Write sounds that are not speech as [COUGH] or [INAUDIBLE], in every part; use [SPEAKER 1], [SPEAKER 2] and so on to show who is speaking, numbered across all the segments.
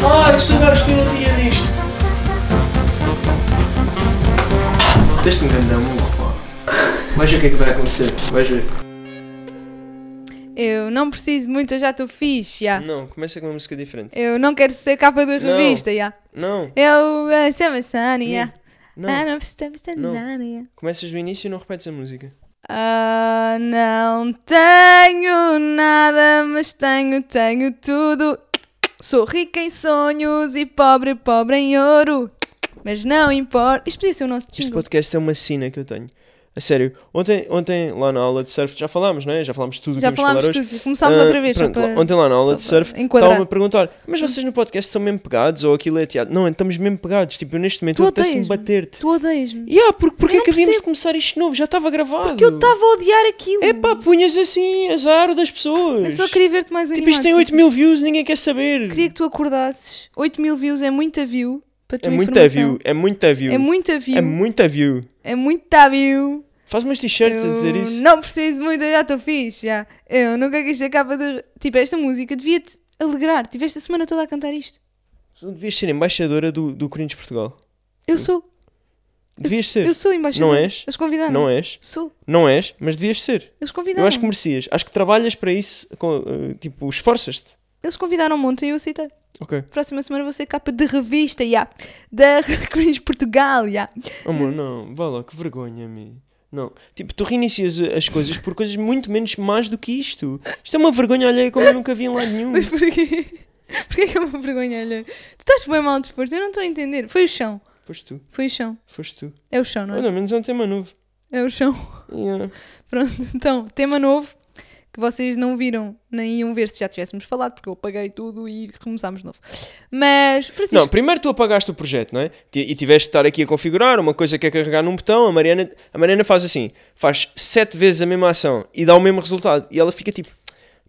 [SPEAKER 1] Caralho, sagares que eu não tinha disto! Deste-me um grande amor, pá. Vais ver o que é que vai acontecer, vais ver.
[SPEAKER 2] Eu não preciso muito, eu já estou fixe, já.
[SPEAKER 1] Não, começa com uma música diferente.
[SPEAKER 2] Eu não quero ser capa da
[SPEAKER 1] Não.
[SPEAKER 2] revista, já.
[SPEAKER 1] Não,
[SPEAKER 2] Eu eh, sou uma Sânia. Ah,
[SPEAKER 1] não.
[SPEAKER 2] não percebes de
[SPEAKER 1] Não.
[SPEAKER 2] nada, já.
[SPEAKER 1] Começas do início e não repetes a música.
[SPEAKER 2] Ah, não tenho nada, mas tenho, tenho tudo. Sou rica em sonhos e pobre, pobre em ouro. Mas não importa. Isto podia ser o nosso
[SPEAKER 1] Este
[SPEAKER 2] jingle.
[SPEAKER 1] podcast é uma sina que eu tenho. A sério, ontem, ontem lá na aula de surf já falámos, não é? Já falámos de tudo o
[SPEAKER 2] Já
[SPEAKER 1] que íamos falar
[SPEAKER 2] falámos
[SPEAKER 1] hoje.
[SPEAKER 2] tudo. Começámos
[SPEAKER 1] Ah,
[SPEAKER 2] outra vez. só
[SPEAKER 1] pronto,
[SPEAKER 2] para...
[SPEAKER 1] lá- Ontem lá na aula de
[SPEAKER 2] só para
[SPEAKER 1] surf
[SPEAKER 2] enquadrar.
[SPEAKER 1] estavam a perguntar: mas vocês no podcast são mesmo pegados ou aquilo é teatro? Não, estamos mesmo pegados. Tipo, eu neste momento
[SPEAKER 2] Tu
[SPEAKER 1] eu apetece-me
[SPEAKER 2] odeias-me.
[SPEAKER 1] bater-te.
[SPEAKER 2] Tu odeias-me.
[SPEAKER 1] Ya, porque,
[SPEAKER 2] Eu
[SPEAKER 1] porque é
[SPEAKER 2] não
[SPEAKER 1] que havíamos de
[SPEAKER 2] percebo.
[SPEAKER 1] começar isto novo? Já estava gravado.
[SPEAKER 2] Porque eu estava a odiar aquilo.
[SPEAKER 1] É pá, punhas assim azar das pessoas.
[SPEAKER 2] Eu só queria ver-te mais
[SPEAKER 1] Tipo,
[SPEAKER 2] animado.
[SPEAKER 1] isto tem 8 mil views, ninguém quer saber.
[SPEAKER 2] Queria que tu acordasses. 8 mil views é muita view. Para a
[SPEAKER 1] É
[SPEAKER 2] tua
[SPEAKER 1] muita
[SPEAKER 2] informação.
[SPEAKER 1] view, é muita view.
[SPEAKER 2] É muita view.
[SPEAKER 1] É muita view.
[SPEAKER 2] É muita view.
[SPEAKER 1] Faz umas t-shirts a dizer
[SPEAKER 2] Eu
[SPEAKER 1] isso.
[SPEAKER 2] Não preciso muito, eu já estou fixe. Já. Eu nunca quis ser capa de. Tipo, esta música devia-te alegrar. Tiveste a semana toda a cantar isto.
[SPEAKER 1] Tu devias ser embaixadora do, do Corinthians Portugal.
[SPEAKER 2] Eu sou. Eu
[SPEAKER 1] Devias
[SPEAKER 2] sou-
[SPEAKER 1] ser.
[SPEAKER 2] Eu sou embaixador.
[SPEAKER 1] Não és?
[SPEAKER 2] Eles convidaram.
[SPEAKER 1] Não és?
[SPEAKER 2] Sou.
[SPEAKER 1] Não és, mas devias ser.
[SPEAKER 2] Eles
[SPEAKER 1] Eu
[SPEAKER 2] convidaram.
[SPEAKER 1] acho que merecias. Acho que trabalhas para isso. com, eh, tipo, esforças-te.
[SPEAKER 2] Eles convidaram-me ontem e eu aceitei.
[SPEAKER 1] Ok.
[SPEAKER 2] Próxima semana vou ser capa de revista, já. Da [LAUGHS] Cringe Portugal, já.
[SPEAKER 1] Amor, não. Vá lá, que vergonha, me Não. Tipo, tu reinicias as coisas por coisas muito menos más do que isto. Isto é uma vergonha alheia como eu nunca vi em
[SPEAKER 2] [LAUGHS]
[SPEAKER 1] lado nenhum.
[SPEAKER 2] Mas porquê? Porquê que é uma vergonha alheia? Tu estás bem mal disposto, eu não estou a entender. Foi o chão,
[SPEAKER 1] Foste tu.
[SPEAKER 2] foi o chão.
[SPEAKER 1] Foste tu.
[SPEAKER 2] É o chão, não é?
[SPEAKER 1] Olha, menos é um tema novo.
[SPEAKER 2] É o chão. [LAUGHS]
[SPEAKER 1] Yeah.
[SPEAKER 2] Pronto, então, tema novo que vocês não viram, nem iam ver se já tivéssemos falado, porque eu apaguei tudo e recomeçámos de novo. Mas, Francisco,
[SPEAKER 1] Não, primeiro tu apagaste o projeto, não é? Ti- E tiveste de estar aqui a configurar uma coisa que é carregar num botão. A Mariana, a Mariana faz assim, faz sete vezes a mesma ação e dá o mesmo resultado. E ela fica tipo,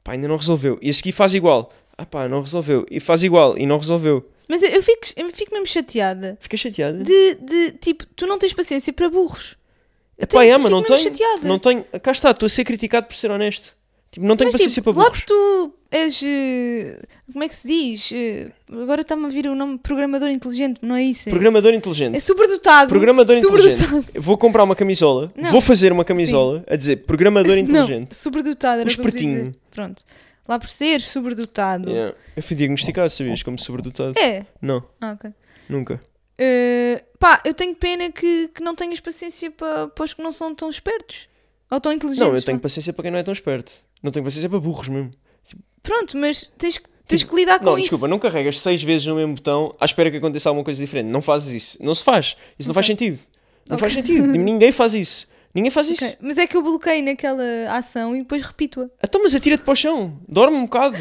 [SPEAKER 1] pá, ainda não resolveu. E a seguir faz igual. Ah pá, não resolveu. E faz igual e não resolveu.
[SPEAKER 2] mas eu, eu fico, eu fico mesmo chateada
[SPEAKER 1] Fica chateada.
[SPEAKER 2] de, de, tipo, tu não tens paciência para burros. Eu
[SPEAKER 1] Pá,
[SPEAKER 2] tenho-
[SPEAKER 1] ama,
[SPEAKER 2] fico
[SPEAKER 1] é, não
[SPEAKER 2] mesmo
[SPEAKER 1] tenho,
[SPEAKER 2] chateada.
[SPEAKER 1] não tenho. Cá está, estou a ser criticado por ser honesto. Tipo, não tenho
[SPEAKER 2] Mas,
[SPEAKER 1] paciência
[SPEAKER 2] tipo,
[SPEAKER 1] para
[SPEAKER 2] logo
[SPEAKER 1] burros.
[SPEAKER 2] que tu és. eh, Como é que se diz? Eh, Agora está-me a vir o nome programador inteligente, não é isso? É,
[SPEAKER 1] Programador inteligente.
[SPEAKER 2] é superdotado.
[SPEAKER 1] Programador
[SPEAKER 2] Superdotado.
[SPEAKER 1] inteligente. Eu Vou comprar uma camisola,
[SPEAKER 2] Não.
[SPEAKER 1] vou fazer uma camisola a dizer programador inteligente.
[SPEAKER 2] [LAUGHS] Não, sobredotado, era
[SPEAKER 1] Um
[SPEAKER 2] o que eu queria
[SPEAKER 1] espertinho.
[SPEAKER 2] dizer. Pronto. Lá por ser sobredotado.
[SPEAKER 1] Yeah. Eu fui diagnosticado, sabias, como sobredotado.
[SPEAKER 2] É.
[SPEAKER 1] Não,
[SPEAKER 2] Ah, ok.
[SPEAKER 1] nunca.
[SPEAKER 2] Eh, pá, eu tenho pena que, que não tenhas paciência para, para os que não são tão espertos. Ou tão inteligentes.
[SPEAKER 1] não, eu tenho
[SPEAKER 2] vá.
[SPEAKER 1] paciência para quem não é tão esperto. Não tenho paciência para burros mesmo.
[SPEAKER 2] Pronto, mas tens, que- tens que lidar Ah, com
[SPEAKER 1] não,
[SPEAKER 2] isso.
[SPEAKER 1] desculpa, não carregas seis vezes no mesmo botão à espera que aconteça alguma coisa diferente. Não fazes isso. Não se faz. Isso não faz sentido. Não faz sentido. Tipo, Ninguém faz isso. Ninguém faz
[SPEAKER 2] [LAUGHS] Ok,
[SPEAKER 1] isso.
[SPEAKER 2] Mas é que eu bloqueei naquela ação e depois repito-a.
[SPEAKER 1] Então, mas atira-te para o chão. Dorme um bocado.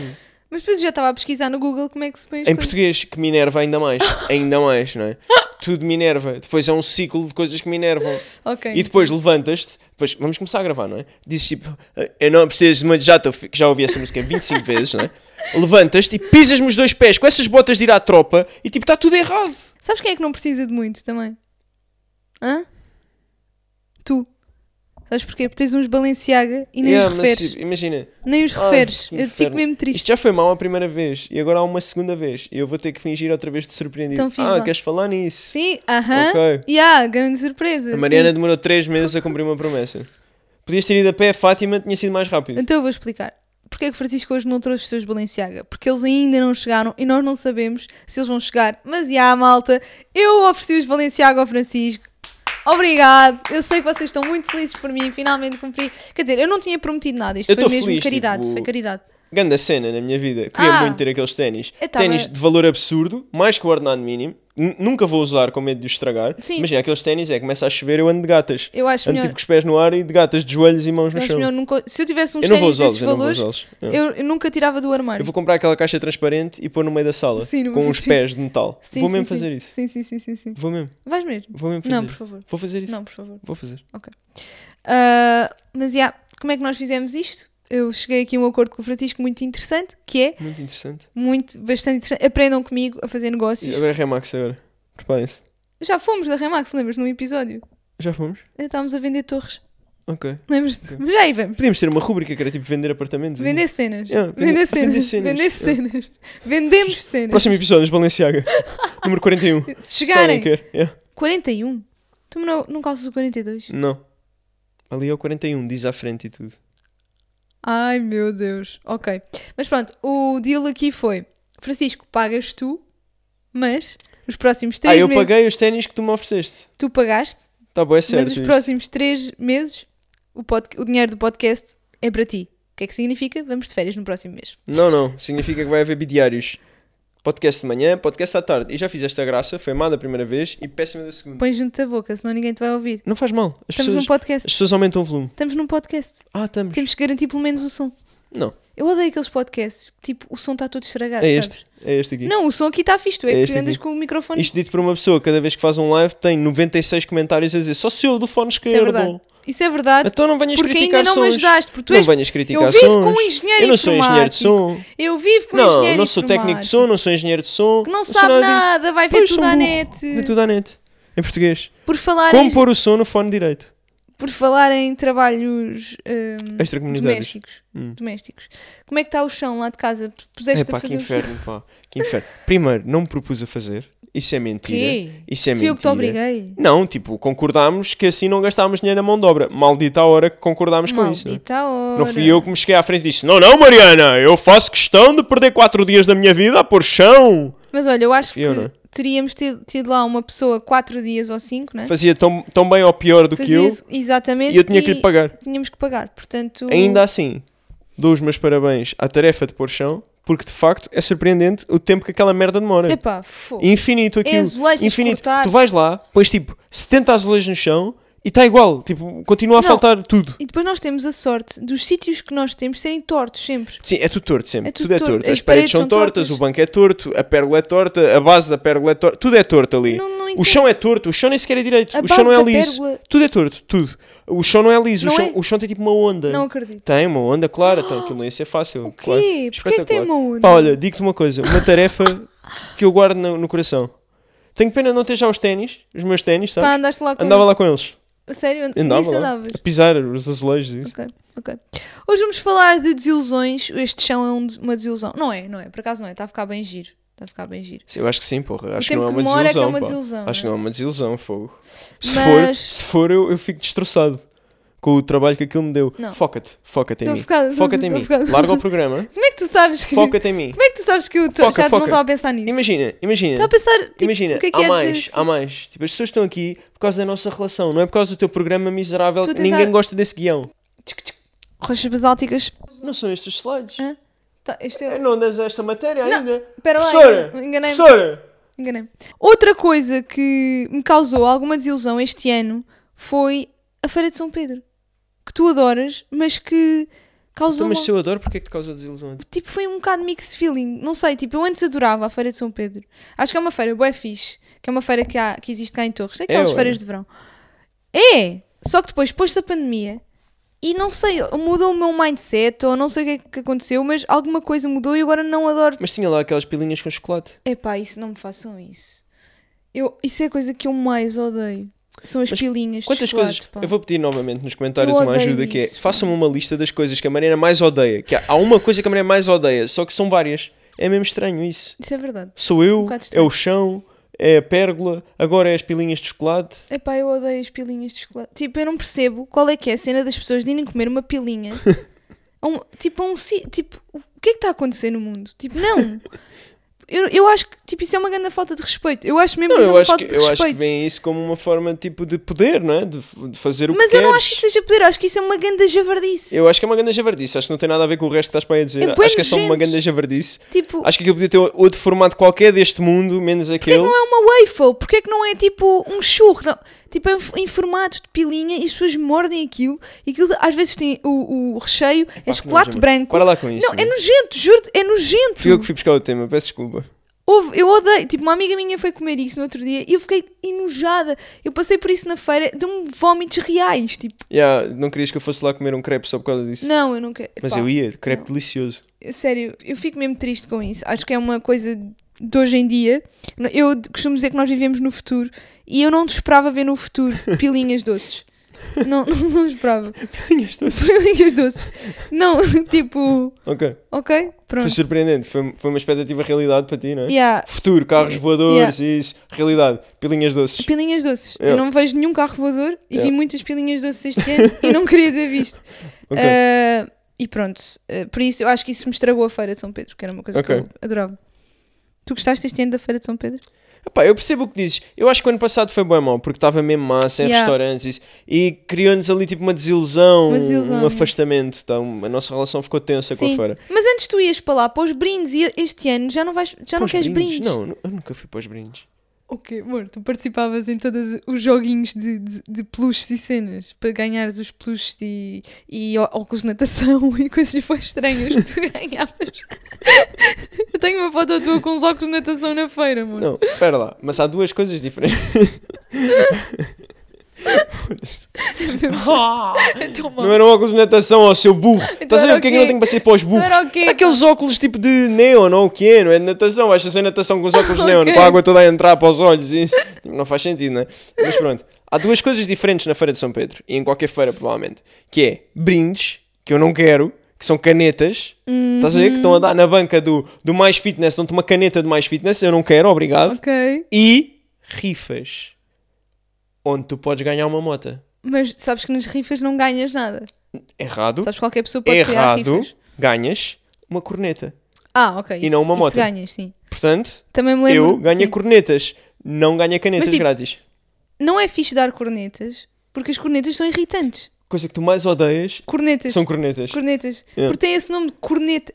[SPEAKER 2] Mas depois eu já estava a pesquisar no Google como é que se põe as
[SPEAKER 1] Em
[SPEAKER 2] coisas.
[SPEAKER 1] português, que me enerva ainda mais. Ainda mais, não é? Tudo me enerva. Depois é um ciclo de coisas que me enervam.
[SPEAKER 2] Ok.
[SPEAKER 1] E depois levantas-te, depois vamos começar a gravar, não é? Dizes tipo, eu não preciso de muito, já, estou fi- que já ouvi essa música 25 vezes, não é? Levantas-te e pisas-me os dois pés com essas botas de ir à tropa e tipo, está tudo errado.
[SPEAKER 2] Sabes quem é que não precisa de muito também? Hã? Tu. Sabes porquê? Porque tens uns Balenciaga e nem
[SPEAKER 1] Yeah,
[SPEAKER 2] os
[SPEAKER 1] mas,
[SPEAKER 2] referes.
[SPEAKER 1] tipo, imagina,
[SPEAKER 2] Nem os
[SPEAKER 1] Ai,
[SPEAKER 2] referes.
[SPEAKER 1] que
[SPEAKER 2] eu fico
[SPEAKER 1] inferno.
[SPEAKER 2] mesmo
[SPEAKER 1] isto
[SPEAKER 2] triste.
[SPEAKER 1] já foi mal a primeira vez e agora há uma segunda vez e eu vou ter que fingir outra vez de surpreendido.
[SPEAKER 2] Então finge
[SPEAKER 1] ah,
[SPEAKER 2] lá.
[SPEAKER 1] queres falar nisso?
[SPEAKER 2] Sim, aham.
[SPEAKER 1] Ok.
[SPEAKER 2] E há, grande surpresa.
[SPEAKER 1] A Mariana
[SPEAKER 2] sim.
[SPEAKER 1] demorou 3 meses a cumprir uma promessa. Podias ter ido a pé, a Fátima tinha sido mais rápido.
[SPEAKER 2] Então eu vou explicar. Porquê é que o Francisco hoje não trouxe os seus Balenciaga? Porque eles ainda não chegaram e nós não sabemos se eles vão chegar. Mas e há, malta, eu ofereci os Balenciaga ao Francisco. Obrigado, eu sei que vocês estão muito felizes por mim, finalmente cumpri. Quer dizer, eu não tinha prometido nada, isto
[SPEAKER 1] Eu
[SPEAKER 2] foi
[SPEAKER 1] tô
[SPEAKER 2] mesmo
[SPEAKER 1] feliz,
[SPEAKER 2] caridade,
[SPEAKER 1] tipo,
[SPEAKER 2] foi caridade.
[SPEAKER 1] Ganda cena na minha vida. Queria
[SPEAKER 2] Ah.
[SPEAKER 1] muito ter aqueles ténis.
[SPEAKER 2] Eu tava-
[SPEAKER 1] Ténis de valor absurdo, mais que o ordenado mínimo. N- nunca vou usar com medo de os estragar.
[SPEAKER 2] Sim.
[SPEAKER 1] Imagina, aqueles ténis é começa a chover eu ando de gatas.
[SPEAKER 2] Eu acho
[SPEAKER 1] ando
[SPEAKER 2] melhor-
[SPEAKER 1] tipo com os pés no ar e de gatas de joelhos e mãos
[SPEAKER 2] Eu
[SPEAKER 1] no
[SPEAKER 2] acho
[SPEAKER 1] chão.
[SPEAKER 2] melhor nunca- se eu tivesse uns
[SPEAKER 1] Eu não vou
[SPEAKER 2] ténis
[SPEAKER 1] usá-los,
[SPEAKER 2] desses
[SPEAKER 1] eu não vou
[SPEAKER 2] valores,
[SPEAKER 1] usá-los.
[SPEAKER 2] eu,
[SPEAKER 1] Eu...
[SPEAKER 2] eu nunca tirava do armário.
[SPEAKER 1] eu vou comprar aquela caixa transparente e pôr no meio da sala
[SPEAKER 2] Sim, numa
[SPEAKER 1] com uns
[SPEAKER 2] vitrine.
[SPEAKER 1] pés de
[SPEAKER 2] [LAUGHS]
[SPEAKER 1] metal.
[SPEAKER 2] Sim,
[SPEAKER 1] vou
[SPEAKER 2] sim,
[SPEAKER 1] mesmo
[SPEAKER 2] sim.
[SPEAKER 1] fazer isso.
[SPEAKER 2] Sim, sim, sim, sim, sim.
[SPEAKER 1] Vou mesmo,
[SPEAKER 2] Vais mesmo?
[SPEAKER 1] vou mesmo fazer.
[SPEAKER 2] Não, por favor.
[SPEAKER 1] Vou fazer isso.
[SPEAKER 2] Não, por favor.
[SPEAKER 1] Vou fazer.
[SPEAKER 2] Ah, mas, já, como é que nós fizemos isto? Eu cheguei aqui a um acordo com o Francisco muito interessante, que é
[SPEAKER 1] Muito interessante.
[SPEAKER 2] muito, bastante interessante. Aprendam comigo a fazer
[SPEAKER 1] E
[SPEAKER 2] negócios.
[SPEAKER 1] agora é Remax agora. Preparem-se.
[SPEAKER 2] Já fomos da Remax, lembras? Num episódio.
[SPEAKER 1] Já fomos?
[SPEAKER 2] Eh, Estávamos a vender torres.
[SPEAKER 1] Ok.
[SPEAKER 2] Lembras-te? Mas já aí vamos.
[SPEAKER 1] Podíamos ter uma rúbrica que era tipo vender apartamentos.
[SPEAKER 2] Vender cenas.
[SPEAKER 1] Yeah, vende-
[SPEAKER 2] vender cenas.
[SPEAKER 1] vender
[SPEAKER 2] Vender
[SPEAKER 1] cenas.
[SPEAKER 2] cenas. Vendemos cenas.
[SPEAKER 1] Próximo
[SPEAKER 2] [LAUGHS]
[SPEAKER 1] episódio, Balenciaga. Número 41.
[SPEAKER 2] Se chegarem.
[SPEAKER 1] Só não quero. É. Yeah.
[SPEAKER 2] 41? Tu não, não calças o 42?
[SPEAKER 1] Não. Ali é o 41, diz à frente e tudo.
[SPEAKER 2] Ai meu Deus. Ok. Mas pronto, o deal aqui foi: Francisco, pagas tu, mas os próximos
[SPEAKER 1] Ah,
[SPEAKER 2] 3
[SPEAKER 1] eu
[SPEAKER 2] meses
[SPEAKER 1] paguei os ténis que tu me ofereceste.
[SPEAKER 2] tu pagaste,
[SPEAKER 1] Tá bom, é certo.
[SPEAKER 2] mas os
[SPEAKER 1] isso.
[SPEAKER 2] próximos 3 meses o, pod- o dinheiro do podcast é para ti. O que é que significa? Vamos de férias no próximo mês.
[SPEAKER 1] Não, não. Significa que vai haver bidiários. Podcast de manhã, podcast à tarde. E já fiz esta graça, foi má da primeira vez e péssima da segunda.
[SPEAKER 2] Põe junto da boca, senão ninguém te vai ouvir.
[SPEAKER 1] Não faz mal. As
[SPEAKER 2] Estamos um
[SPEAKER 1] pessoas,
[SPEAKER 2] num podcast.
[SPEAKER 1] as pessoas aumentam o volume.
[SPEAKER 2] Estamos num podcast.
[SPEAKER 1] Ah, estamos.
[SPEAKER 2] Temos que garantir pelo menos o som.
[SPEAKER 1] Não,
[SPEAKER 2] Eu odeio aqueles podcasts que tipo o som está todo estragado,
[SPEAKER 1] é
[SPEAKER 2] sabes?
[SPEAKER 1] este. É este aqui.
[SPEAKER 2] Não, o som aqui está fixe, tu é,
[SPEAKER 1] É
[SPEAKER 2] que
[SPEAKER 1] este
[SPEAKER 2] andas
[SPEAKER 1] aqui.
[SPEAKER 2] com o microfone.
[SPEAKER 1] Isto dito por uma pessoa, cada vez que faz um live tem 96 comentários a dizer só se ouve do fone
[SPEAKER 2] Isso é
[SPEAKER 1] esquerdo.
[SPEAKER 2] verdade. Isso é verdade.
[SPEAKER 1] então não venhas
[SPEAKER 2] Porque ainda
[SPEAKER 1] criticar
[SPEAKER 2] não me
[SPEAKER 1] sons.
[SPEAKER 2] ajudaste, porque tu
[SPEAKER 1] não
[SPEAKER 2] és.
[SPEAKER 1] venhas criticar
[SPEAKER 2] Eu vivo
[SPEAKER 1] Tipo, sons.
[SPEAKER 2] com um engenheiro
[SPEAKER 1] Eu não sou engenheiro de som.
[SPEAKER 2] Eu vivo com um
[SPEAKER 1] não,
[SPEAKER 2] engenheiro
[SPEAKER 1] não sou técnico de
[SPEAKER 2] informático,
[SPEAKER 1] som, não sou engenheiro de som.
[SPEAKER 2] Que não,
[SPEAKER 1] sou
[SPEAKER 2] sabe nada,
[SPEAKER 1] disso.
[SPEAKER 2] vai ver
[SPEAKER 1] Pois,
[SPEAKER 2] tudo
[SPEAKER 1] sou
[SPEAKER 2] à
[SPEAKER 1] burro.
[SPEAKER 2] net.
[SPEAKER 1] Vê tudo à net. Em português.
[SPEAKER 2] Por falar,
[SPEAKER 1] Como
[SPEAKER 2] em,
[SPEAKER 1] pôr o som no fone direito?
[SPEAKER 2] por falar em trabalhos hum,
[SPEAKER 1] Extracomunitários.
[SPEAKER 2] domésticos.
[SPEAKER 1] Hum.
[SPEAKER 2] domésticos. Como é que está o chão lá de casa?
[SPEAKER 1] É
[SPEAKER 2] Puseste
[SPEAKER 1] pá,
[SPEAKER 2] a
[SPEAKER 1] que
[SPEAKER 2] fazer um
[SPEAKER 1] inferno, pá. Que inferno. Primeiro, não me propus a fazer. Isso é mentira.
[SPEAKER 2] Quê?
[SPEAKER 1] Isso é
[SPEAKER 2] Fui
[SPEAKER 1] mentira.
[SPEAKER 2] eu que te obriguei.
[SPEAKER 1] Não, tipo, concordámos que assim não gastámos dinheiro na mão de obra. Maldita a hora que concordámos com isso. né?
[SPEAKER 2] Maldita hora.
[SPEAKER 1] Não fui eu que me cheguei à frente e disse: Não, não, Mariana, eu faço questão de perder 4 dias da minha vida a pôr chão.
[SPEAKER 2] Mas olha, eu acho
[SPEAKER 1] Fui eu, não é?
[SPEAKER 2] que teríamos tido, tido lá uma pessoa 4 dias ou 5, não é?
[SPEAKER 1] Fazia tão, tão bem ou pior do que
[SPEAKER 2] Fazia
[SPEAKER 1] eu
[SPEAKER 2] isso- exatamente.
[SPEAKER 1] e eu tinha que lhe pagar.
[SPEAKER 2] Tínhamos que pagar, portanto.
[SPEAKER 1] Ainda assim, dou os meus parabéns à tarefa de pôr chão, porque de facto é surpreendente o tempo que aquela merda demora.
[SPEAKER 2] Epá, fogo.
[SPEAKER 1] Infinito aquilo.
[SPEAKER 2] É, Azulejos
[SPEAKER 1] infinito.
[SPEAKER 2] cortados.
[SPEAKER 1] Tu vais lá, pões tipo 70 azulejos no chão e está igual. Tipo, continua a
[SPEAKER 2] Não.
[SPEAKER 1] faltar tudo.
[SPEAKER 2] E depois nós temos a sorte dos sítios que nós temos serem tortos sempre.
[SPEAKER 1] Sim, é tudo torto sempre.
[SPEAKER 2] É tudo
[SPEAKER 1] tudo, é
[SPEAKER 2] torto.
[SPEAKER 1] torto.
[SPEAKER 2] As
[SPEAKER 1] As, paredes
[SPEAKER 2] paredes
[SPEAKER 1] são
[SPEAKER 2] são
[SPEAKER 1] tortas,
[SPEAKER 2] tortas.
[SPEAKER 1] o banco é torto, a pérola é torta, a base da pérola é torta. Tudo é torto ali.
[SPEAKER 2] Não- não
[SPEAKER 1] o chão é torto, o chão nem sequer é direito.
[SPEAKER 2] A
[SPEAKER 1] o chão
[SPEAKER 2] base
[SPEAKER 1] não é
[SPEAKER 2] da
[SPEAKER 1] liso.
[SPEAKER 2] pérola-
[SPEAKER 1] Tudo é torto, tudo. O chão não é liso,
[SPEAKER 2] Não
[SPEAKER 1] o, chão,
[SPEAKER 2] é?
[SPEAKER 1] o chão tem tipo uma onda.
[SPEAKER 2] Não acredito.
[SPEAKER 1] Tem uma onda, claro,
[SPEAKER 2] [GASPS]
[SPEAKER 1] então aquilo não ia ser fácil. O
[SPEAKER 2] quê? Porquê é que tem uma onda?
[SPEAKER 1] Pá, olha, digo-te uma coisa, uma tarefa que eu guardo no, no coração. Tenho pena de não ter já os ténis, os meus ténis, sabes?
[SPEAKER 2] Pá, andaste lá com
[SPEAKER 1] Andava lá com eles.
[SPEAKER 2] eles. Sério? And...
[SPEAKER 1] Andava
[SPEAKER 2] nisso
[SPEAKER 1] lá.
[SPEAKER 2] andavas.
[SPEAKER 1] A pisar os azulejos e isso.
[SPEAKER 2] Ok, ok. Hoje vamos falar de desilusões. Este chão é um des- uma desilusão. Não é, não é. Por acaso não é. Está a ficar bem giro. Está a ficar bem giro.
[SPEAKER 1] Sim, eu acho que sim, porra. Acho que
[SPEAKER 2] tempo
[SPEAKER 1] não é
[SPEAKER 2] que
[SPEAKER 1] uma
[SPEAKER 2] demora é que é
[SPEAKER 1] desilusão.
[SPEAKER 2] uma
[SPEAKER 1] pá.
[SPEAKER 2] desilusão,
[SPEAKER 1] Acho que
[SPEAKER 2] não
[SPEAKER 1] não é uma desilusão, fogo. Se for,
[SPEAKER 2] Mas-
[SPEAKER 1] se for eu, eu fico destroçado com o trabalho que aquilo me deu.
[SPEAKER 2] Não.
[SPEAKER 1] Foca-te, foca-te em
[SPEAKER 2] Estou
[SPEAKER 1] mim.
[SPEAKER 2] focada, estou-
[SPEAKER 1] Foca-te em
[SPEAKER 2] estou [LAUGHS]
[SPEAKER 1] mim.
[SPEAKER 2] focada.
[SPEAKER 1] Larga o programa,
[SPEAKER 2] Como é que tu sabes que.
[SPEAKER 1] foca-te em mim.
[SPEAKER 2] Como é que tu sabes que eu tô-
[SPEAKER 1] Foca,
[SPEAKER 2] já
[SPEAKER 1] foca.
[SPEAKER 2] não estava a pensar nisso?
[SPEAKER 1] Imagina, imagina.
[SPEAKER 2] Estava a pensar. Tipo,
[SPEAKER 1] Imagina,
[SPEAKER 2] o que é que
[SPEAKER 1] há
[SPEAKER 2] é
[SPEAKER 1] mais,
[SPEAKER 2] dizer?
[SPEAKER 1] há mais. Tipo, as pessoas estão aqui por causa da nossa relação, não é por causa do teu programa miserável
[SPEAKER 2] Tu
[SPEAKER 1] que
[SPEAKER 2] tentar-
[SPEAKER 1] ninguém gosta desse guião.
[SPEAKER 2] Rochas basálticas.
[SPEAKER 1] Não são estes slides.
[SPEAKER 2] Hã? Tá, este
[SPEAKER 1] Eu
[SPEAKER 2] é.
[SPEAKER 1] Não das esta matéria
[SPEAKER 2] Não,
[SPEAKER 1] ainda.
[SPEAKER 2] pera lá,
[SPEAKER 1] professora,
[SPEAKER 2] engana- enganei-me.
[SPEAKER 1] professora.
[SPEAKER 2] Enganei-me. Outra coisa que me causou alguma desilusão este ano foi a Feira de São Pedro. Que tu adoras, mas que
[SPEAKER 1] Então,
[SPEAKER 2] causou.
[SPEAKER 1] mas
[SPEAKER 2] uma-
[SPEAKER 1] se eu adoro, porque é que te causa desilusão?
[SPEAKER 2] tipo, foi um bocado mixed feeling. Não sei, tipo, eu antes adorava a Feira de São Pedro. Acho que é uma feira bué fixe, que é uma feira que, há, que existe cá em Torres. É aquelas
[SPEAKER 1] É, ué.
[SPEAKER 2] feiras de verão. É! Só que depois, pôs-se a pandemia, e não sei, mudou o meu mindset, ou não sei o que é que aconteceu, mas alguma coisa mudou e agora não adoro.
[SPEAKER 1] Mas tinha lá aquelas pilinhas com chocolate.
[SPEAKER 2] Epá, isso não me façam isso. Eu, isso é a coisa que eu mais odeio. São as
[SPEAKER 1] Mas
[SPEAKER 2] pilinhas
[SPEAKER 1] Quantas
[SPEAKER 2] de chocolate,
[SPEAKER 1] coisas?
[SPEAKER 2] pá.
[SPEAKER 1] Eu vou pedir novamente nos comentários
[SPEAKER 2] Eu
[SPEAKER 1] uma
[SPEAKER 2] odeio
[SPEAKER 1] ajuda que é:
[SPEAKER 2] isso, pá.
[SPEAKER 1] façam-me uma lista das coisas que a Mariana mais odeia. Que há, há uma coisa que a Mariana mais odeia, só que são várias. É mesmo estranho isso.
[SPEAKER 2] Isso é verdade.
[SPEAKER 1] Sou eu,
[SPEAKER 2] bocado
[SPEAKER 1] é
[SPEAKER 2] estranho.
[SPEAKER 1] o chão, é a pérgola, agora é as pilinhas de chocolate.
[SPEAKER 2] Epá, eu odeio as pilinhas de chocolate. Tipo, eu não percebo qual é que é a cena das pessoas de irem comer uma
[SPEAKER 1] [LAUGHS]
[SPEAKER 2] pilinha. a um, tipo, a um si- tipo, o que é que está a acontecer no mundo? Tipo, não. Eu, eu acho que tipo, isso é uma grande falta de respeito. Eu acho mesmo
[SPEAKER 1] Não,
[SPEAKER 2] que isso é
[SPEAKER 1] eu
[SPEAKER 2] uma
[SPEAKER 1] acho,
[SPEAKER 2] falta
[SPEAKER 1] que,
[SPEAKER 2] de
[SPEAKER 1] eu acho que
[SPEAKER 2] respeito.
[SPEAKER 1] vem isso como uma forma tipo de poder, não é? De, de fazer o
[SPEAKER 2] Mas
[SPEAKER 1] que
[SPEAKER 2] eu não
[SPEAKER 1] queres.
[SPEAKER 2] acho que isso seja poder, acho que isso é uma grande javardice.
[SPEAKER 1] Eu acho que é uma grande javardice. Acho que não tem nada a ver com o resto que estás para aí a dizer.
[SPEAKER 2] É bué
[SPEAKER 1] acho que é só uma
[SPEAKER 2] nojento.
[SPEAKER 1] grande javardice.
[SPEAKER 2] Tipo,
[SPEAKER 1] Acho que aquilo podia ter outro formato qualquer deste mundo, menos
[SPEAKER 2] porquê que
[SPEAKER 1] aquele.
[SPEAKER 2] não é uma waffle? Porquê que não é tipo um churro? Não. Tipo, é em formato de pilinha e as pessoas mordem aquilo. E aquilo às vezes tem o, o recheio, é,
[SPEAKER 1] nojo,
[SPEAKER 2] chocolate
[SPEAKER 1] mano.
[SPEAKER 2] branco.
[SPEAKER 1] Para lá com isso.
[SPEAKER 2] Não, é
[SPEAKER 1] meu.
[SPEAKER 2] nojento, juro-te, é nojento.
[SPEAKER 1] Fui eu que fui buscar o tema, peço desculpa.
[SPEAKER 2] Houve, eu odeio, tipo, uma amiga minha foi comer isso no outro dia e eu fiquei enojada. Eu passei por isso na feira, deu-me vómitos reais. Tipo,
[SPEAKER 1] Yeah, não querias que eu fosse lá comer um crepe só por causa disso?
[SPEAKER 2] não, eu não quero.
[SPEAKER 1] Mas
[SPEAKER 2] pá,
[SPEAKER 1] eu ia, crepe delicioso.
[SPEAKER 2] Sério, eu fico mesmo triste com isso. Acho que é uma coisa de hoje em dia.
[SPEAKER 1] [LAUGHS]
[SPEAKER 2] Eu costumo dizer que nós vivemos no futuro e eu não te esperava ver no futuro pilinhas doces. Não, [LAUGHS] não, não esperava.
[SPEAKER 1] Pilinhas doces.
[SPEAKER 2] Bolinhas doces. Não, [LAUGHS] tipo,
[SPEAKER 1] Ok.
[SPEAKER 2] ok, pronto.
[SPEAKER 1] Foi surpreendente. Foi, foi uma expectativa realidade para ti, não é?
[SPEAKER 2] Yeah.
[SPEAKER 1] Futuro, carros voadores, isso. Realidade, pilinhas doces.
[SPEAKER 2] Pilinhas doces. Eu
[SPEAKER 1] Yeah.
[SPEAKER 2] não vejo nenhum carro voador e vi
[SPEAKER 1] Yeah.
[SPEAKER 2] muitas pilinhas doces
[SPEAKER 1] [LAUGHS]
[SPEAKER 2] este ano e não queria ter visto.
[SPEAKER 1] Ok.
[SPEAKER 2] Ah, e pronto, Ah, por isso eu acho que isso me estragou a Feira de São Pedro, que era uma coisa
[SPEAKER 1] Ok.
[SPEAKER 2] que eu adorava. Tu gostaste este ano da Feira de São Pedro?
[SPEAKER 1] Epá, eu percebo o que dizes. Eu acho que o ano passado foi bem mau, porque estava mesmo massa em
[SPEAKER 2] Yeah.
[SPEAKER 1] restaurantes e isso. E criou-nos ali tipo uma desilusão,
[SPEAKER 2] Uma desilusão.
[SPEAKER 1] um afastamento. Então, a nossa relação ficou tensa com a feira.
[SPEAKER 2] Mas antes tu ias para lá para os brindes e este ano já não, vais, já não
[SPEAKER 1] Para os
[SPEAKER 2] queres brindes?
[SPEAKER 1] Não, nu- eu nunca fui para os brindes.
[SPEAKER 2] O quê? Amor, tu participavas em todos os joguinhos de, de, de peluches e cenas para ganhares os peluches e, e ó- óculos de natação [LAUGHS] e coisas foi estranhas que tu [LAUGHS] ganhavas. Eu tenho uma foto tua com os óculos de natação na feira, amor. [LAUGHS]
[SPEAKER 1] Não, espera lá. Mas há duas coisas diferentes.
[SPEAKER 2] Então, mal.
[SPEAKER 1] [LAUGHS] não é eram óculos de natação, ó,
[SPEAKER 2] [LAUGHS]
[SPEAKER 1] seu burro. Estás a ver
[SPEAKER 2] Então era o
[SPEAKER 1] porque é que
[SPEAKER 2] quê? Então
[SPEAKER 1] eu não tenho para sair para os burros?
[SPEAKER 2] era o quê?
[SPEAKER 1] Aqueles óculos tipo de neon ou o que é, não é de natação, vais fazer natação com os óculos de neon,
[SPEAKER 2] Ok.
[SPEAKER 1] com a água toda a entrar para os olhos, e isso Tipo, não faz sentido, não é? Mas pronto, há duas coisas diferentes na Feira de São Pedro, e em qualquer feira provavelmente, que é brindes, que eu não quero, que são canetas, estás a ver, que estão a dar na banca do, do mais fitness, dão-te uma caneta do mais fitness, eu não quero, obrigado,
[SPEAKER 2] Ok.
[SPEAKER 1] e rifas, onde tu podes ganhar uma mota.
[SPEAKER 2] Mas sabes que nas rifas não ganhas nada.
[SPEAKER 1] Errado,
[SPEAKER 2] Sabes que qualquer pessoa pode tirar
[SPEAKER 1] errado,
[SPEAKER 2] rifas.
[SPEAKER 1] ganhas uma corneta.
[SPEAKER 2] Ah, ok.
[SPEAKER 1] E não uma moto.
[SPEAKER 2] Isso ganhas, sim.
[SPEAKER 1] Portanto...
[SPEAKER 2] Também me lembro.
[SPEAKER 1] eu ganho
[SPEAKER 2] sim.
[SPEAKER 1] cornetas, não ganho
[SPEAKER 2] Mas,
[SPEAKER 1] canetas
[SPEAKER 2] tipo,
[SPEAKER 1] grátis.
[SPEAKER 2] Não é fixe dar cornetas, porque as cornetas são irritantes.
[SPEAKER 1] Coisa que tu mais odeias
[SPEAKER 2] Cornetas.
[SPEAKER 1] são cornetas.
[SPEAKER 2] Cornetas.
[SPEAKER 1] É.
[SPEAKER 2] Porque tem esse nome de corneta.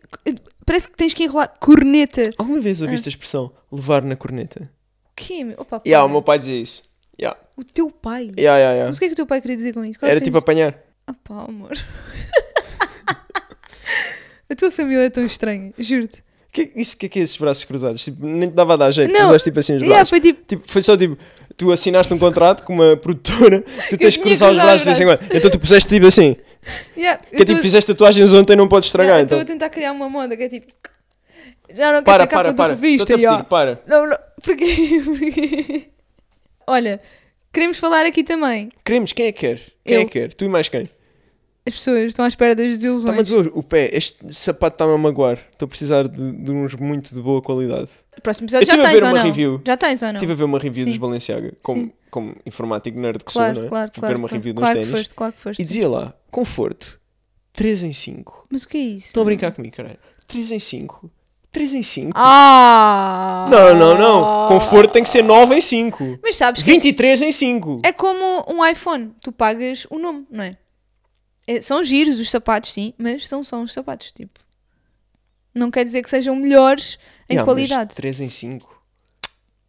[SPEAKER 2] Parece que tens que enrolar corneta.
[SPEAKER 1] Alguma vez ouviste a expressão levar na corneta?
[SPEAKER 2] O quê, meu? Opa,
[SPEAKER 1] Yeah, o
[SPEAKER 2] para.
[SPEAKER 1] meu pai dizia isso. Yeah,
[SPEAKER 2] O teu pai.
[SPEAKER 1] yeah, yeah, yeah.
[SPEAKER 2] Mas o que é que o teu pai queria dizer com isso? Qual
[SPEAKER 1] Era
[SPEAKER 2] seria-
[SPEAKER 1] tipo apanhar.
[SPEAKER 2] Ah pá, amor. [LAUGHS] a tua família é tão estranha, juro-te.
[SPEAKER 1] Que, isso, que é que é esses braços cruzados? Tipo, nem te dava a dar jeito,
[SPEAKER 2] Não.
[SPEAKER 1] cruzaste tipo assim os braços.
[SPEAKER 2] Yeah, foi tipo,
[SPEAKER 1] Tipo, foi só tipo, tu assinaste um contrato com
[SPEAKER 2] [LAUGHS]
[SPEAKER 1] uma produtora, tu tens que
[SPEAKER 2] tinha que
[SPEAKER 1] cruzar os
[SPEAKER 2] cruzar
[SPEAKER 1] braços
[SPEAKER 2] os
[SPEAKER 1] de vez em
[SPEAKER 2] braços.
[SPEAKER 1] quando. Então tu puseste tipo assim.
[SPEAKER 2] yeah, eu
[SPEAKER 1] Que
[SPEAKER 2] tô-
[SPEAKER 1] é tipo, fizeste tatuagens ontem, não
[SPEAKER 2] Não,
[SPEAKER 1] podes estragar.
[SPEAKER 2] eu estou
[SPEAKER 1] Então.
[SPEAKER 2] a é tentar criar uma moda que é tipo. Já não quero
[SPEAKER 1] Para,
[SPEAKER 2] ser capa
[SPEAKER 1] para,
[SPEAKER 2] de
[SPEAKER 1] para.
[SPEAKER 2] revista.
[SPEAKER 1] Estou-te a
[SPEAKER 2] já.
[SPEAKER 1] pedir, para.
[SPEAKER 2] Não, [LAUGHS] não. Porquê? Porquê? Olha, queremos falar aqui também.
[SPEAKER 1] Queremos, quem é que quer? Quem é
[SPEAKER 2] Eu.
[SPEAKER 1] que quer? Tu e mais quem?
[SPEAKER 2] As pessoas estão à espera das desilusões.
[SPEAKER 1] Está-me a doer Tá, o pé, este sapato está-me a magoar. Estou a precisar de, de uns muito de boa qualidade.
[SPEAKER 2] Próximo episódio
[SPEAKER 1] Eu
[SPEAKER 2] já
[SPEAKER 1] tive a
[SPEAKER 2] tens
[SPEAKER 1] ver
[SPEAKER 2] ou
[SPEAKER 1] uma
[SPEAKER 2] não?
[SPEAKER 1] review.
[SPEAKER 2] Já tens ou não?
[SPEAKER 1] Estive a ver uma review
[SPEAKER 2] Sim.
[SPEAKER 1] dos Balenciaga, como,
[SPEAKER 2] Sim.
[SPEAKER 1] como informático nerd que
[SPEAKER 2] claro,
[SPEAKER 1] sou, não é?
[SPEAKER 2] claro,
[SPEAKER 1] Fui
[SPEAKER 2] claro.
[SPEAKER 1] ver uma
[SPEAKER 2] claro,
[SPEAKER 1] review
[SPEAKER 2] claro
[SPEAKER 1] dos
[SPEAKER 2] que
[SPEAKER 1] ténis
[SPEAKER 2] foste, claro que foste.
[SPEAKER 1] e dizia lá, conforto, 3 em 5.
[SPEAKER 2] Mas o que é isso?
[SPEAKER 1] Estão a brincar comigo, caralho. 3 em 5? 3 em 5?
[SPEAKER 2] Ah!
[SPEAKER 1] Não, não, não. Conforto tem que ser 9 em 5.
[SPEAKER 2] Mas sabes que
[SPEAKER 1] 23 em 5.
[SPEAKER 2] é como um iPhone. Tu pagas o nome, não é? É, São giros os sapatos, sim, mas são só uns sapatos, tipo. Não quer dizer que sejam melhores em qualidade.
[SPEAKER 1] 3 ah, em 5.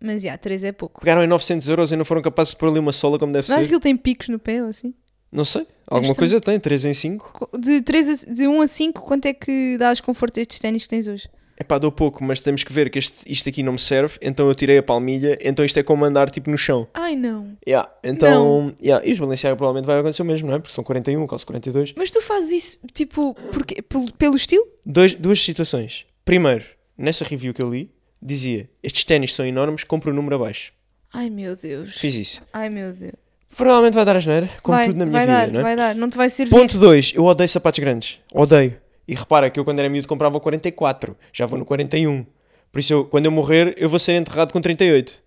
[SPEAKER 2] Mas, já, 3 é pouco.
[SPEAKER 1] Pegaram em 900 euros e não foram capazes de pôr ali uma sola como deve
[SPEAKER 2] Não acho
[SPEAKER 1] ser.
[SPEAKER 2] que ele tem picos no pé ou assim?
[SPEAKER 1] Não sei. Alguma
[SPEAKER 2] Acho
[SPEAKER 1] coisa tem, 3 em 5.
[SPEAKER 2] Co- De, 3 a, de 1 a 5, quanto é que dás conforto a estes ténis que tens hoje?
[SPEAKER 1] É pá, dou pouco, mas temos que ver que este- isto aqui não me serve, então eu tirei a palmilha, então isto é como andar tipo no chão.
[SPEAKER 2] Ai não.
[SPEAKER 1] Yeah, então, yeah, e os Balenciaga provavelmente vai acontecer o mesmo, não é? Porque são 41, calço 42.
[SPEAKER 2] Mas tu fazes isso, tipo, porque, pelo, pelo estilo?
[SPEAKER 1] Dois, duas situações. Primeiro, nessa review que eu li, dizia: estes ténis são enormes, compra o número abaixo.
[SPEAKER 2] Ai meu Deus.
[SPEAKER 1] Fiz isso.
[SPEAKER 2] Ai meu Deus.
[SPEAKER 1] Provavelmente vai dar asneira, como
[SPEAKER 2] vai,
[SPEAKER 1] tudo na
[SPEAKER 2] vai
[SPEAKER 1] minha vida,
[SPEAKER 2] dar,
[SPEAKER 1] não é?
[SPEAKER 2] vai dar. Não te vai servir.
[SPEAKER 1] Ponto 2, eu odeio sapatos grandes. Odeio. E repara que eu quando era miúdo comprava o 44, já vou no 41. Por isso, eu- quando eu morrer, eu vou ser enterrado com 38.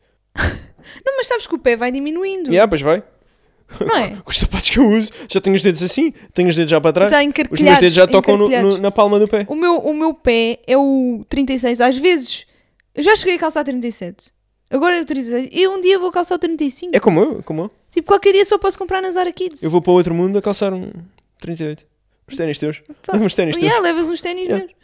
[SPEAKER 2] Não, mas sabes que o pé vai diminuindo.
[SPEAKER 1] Yeah, pois vai.
[SPEAKER 2] Não
[SPEAKER 1] [LAUGHS]
[SPEAKER 2] é?
[SPEAKER 1] Com os sapatos que eu uso, já tenho os dedos assim, tenho os dedos já para trás.
[SPEAKER 2] Está
[SPEAKER 1] os meus
[SPEAKER 2] encarquilhado.
[SPEAKER 1] dedos já tocam no-
[SPEAKER 2] encarquilhados.
[SPEAKER 1] no- na palma do pé.
[SPEAKER 2] O, meu, o meu pé é o 36. Às vezes, eu já cheguei a calçar 37. Agora é o 36. E um dia vou calçar o 35.
[SPEAKER 1] É como eu, é como eu.
[SPEAKER 2] Tipo, qualquer dia só posso comprar na Zara Kids.
[SPEAKER 1] Eu vou para outro mundo a calçar um 38. Os ténis teus.
[SPEAKER 2] Pá.
[SPEAKER 1] Leva uns ténis teus.
[SPEAKER 2] Yeah, levas uns ténis
[SPEAKER 1] é- Yeah.
[SPEAKER 2] meus.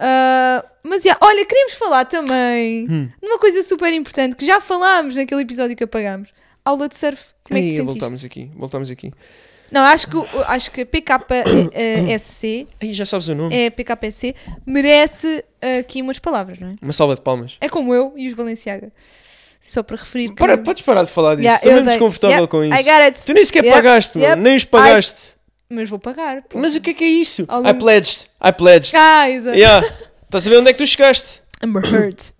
[SPEAKER 2] Ah, mas yeah, olha, queríamos falar também
[SPEAKER 1] Hum.
[SPEAKER 2] numa coisa super importante que já falámos naquele episódio que apagámos. Aula de surf. Como é que
[SPEAKER 1] Ai,
[SPEAKER 2] te sentiste?
[SPEAKER 1] voltámos aqui, voltámos aqui.
[SPEAKER 2] Não, acho que, o- acho que a PKSC,
[SPEAKER 1] Aí já sabes o nome.
[SPEAKER 2] é PKPC, merece ah, aqui umas palavras, não é?
[SPEAKER 1] Uma salva de palmas.
[SPEAKER 2] É como eu e os Balenciaga. Só para referir que...
[SPEAKER 1] Para, podes parar de falar disso.
[SPEAKER 2] Yeah,
[SPEAKER 1] Estou
[SPEAKER 2] eu
[SPEAKER 1] mesmo
[SPEAKER 2] odeio.
[SPEAKER 1] desconfortável
[SPEAKER 2] Yeah,
[SPEAKER 1] com
[SPEAKER 2] I
[SPEAKER 1] isso.
[SPEAKER 2] got it.
[SPEAKER 1] Tu nem sequer
[SPEAKER 2] Yeah,
[SPEAKER 1] pagaste,
[SPEAKER 2] yeah.
[SPEAKER 1] mano. Nem os pagaste.
[SPEAKER 2] Mas vou pagar. pô.
[SPEAKER 1] Mas o que é que é isso?
[SPEAKER 2] Ao
[SPEAKER 1] I
[SPEAKER 2] longo-
[SPEAKER 1] pledged. I pledged.
[SPEAKER 2] Ah, exato.
[SPEAKER 1] Yeah. Estás a ver onde é que tu chegaste?
[SPEAKER 2] I'm hurt.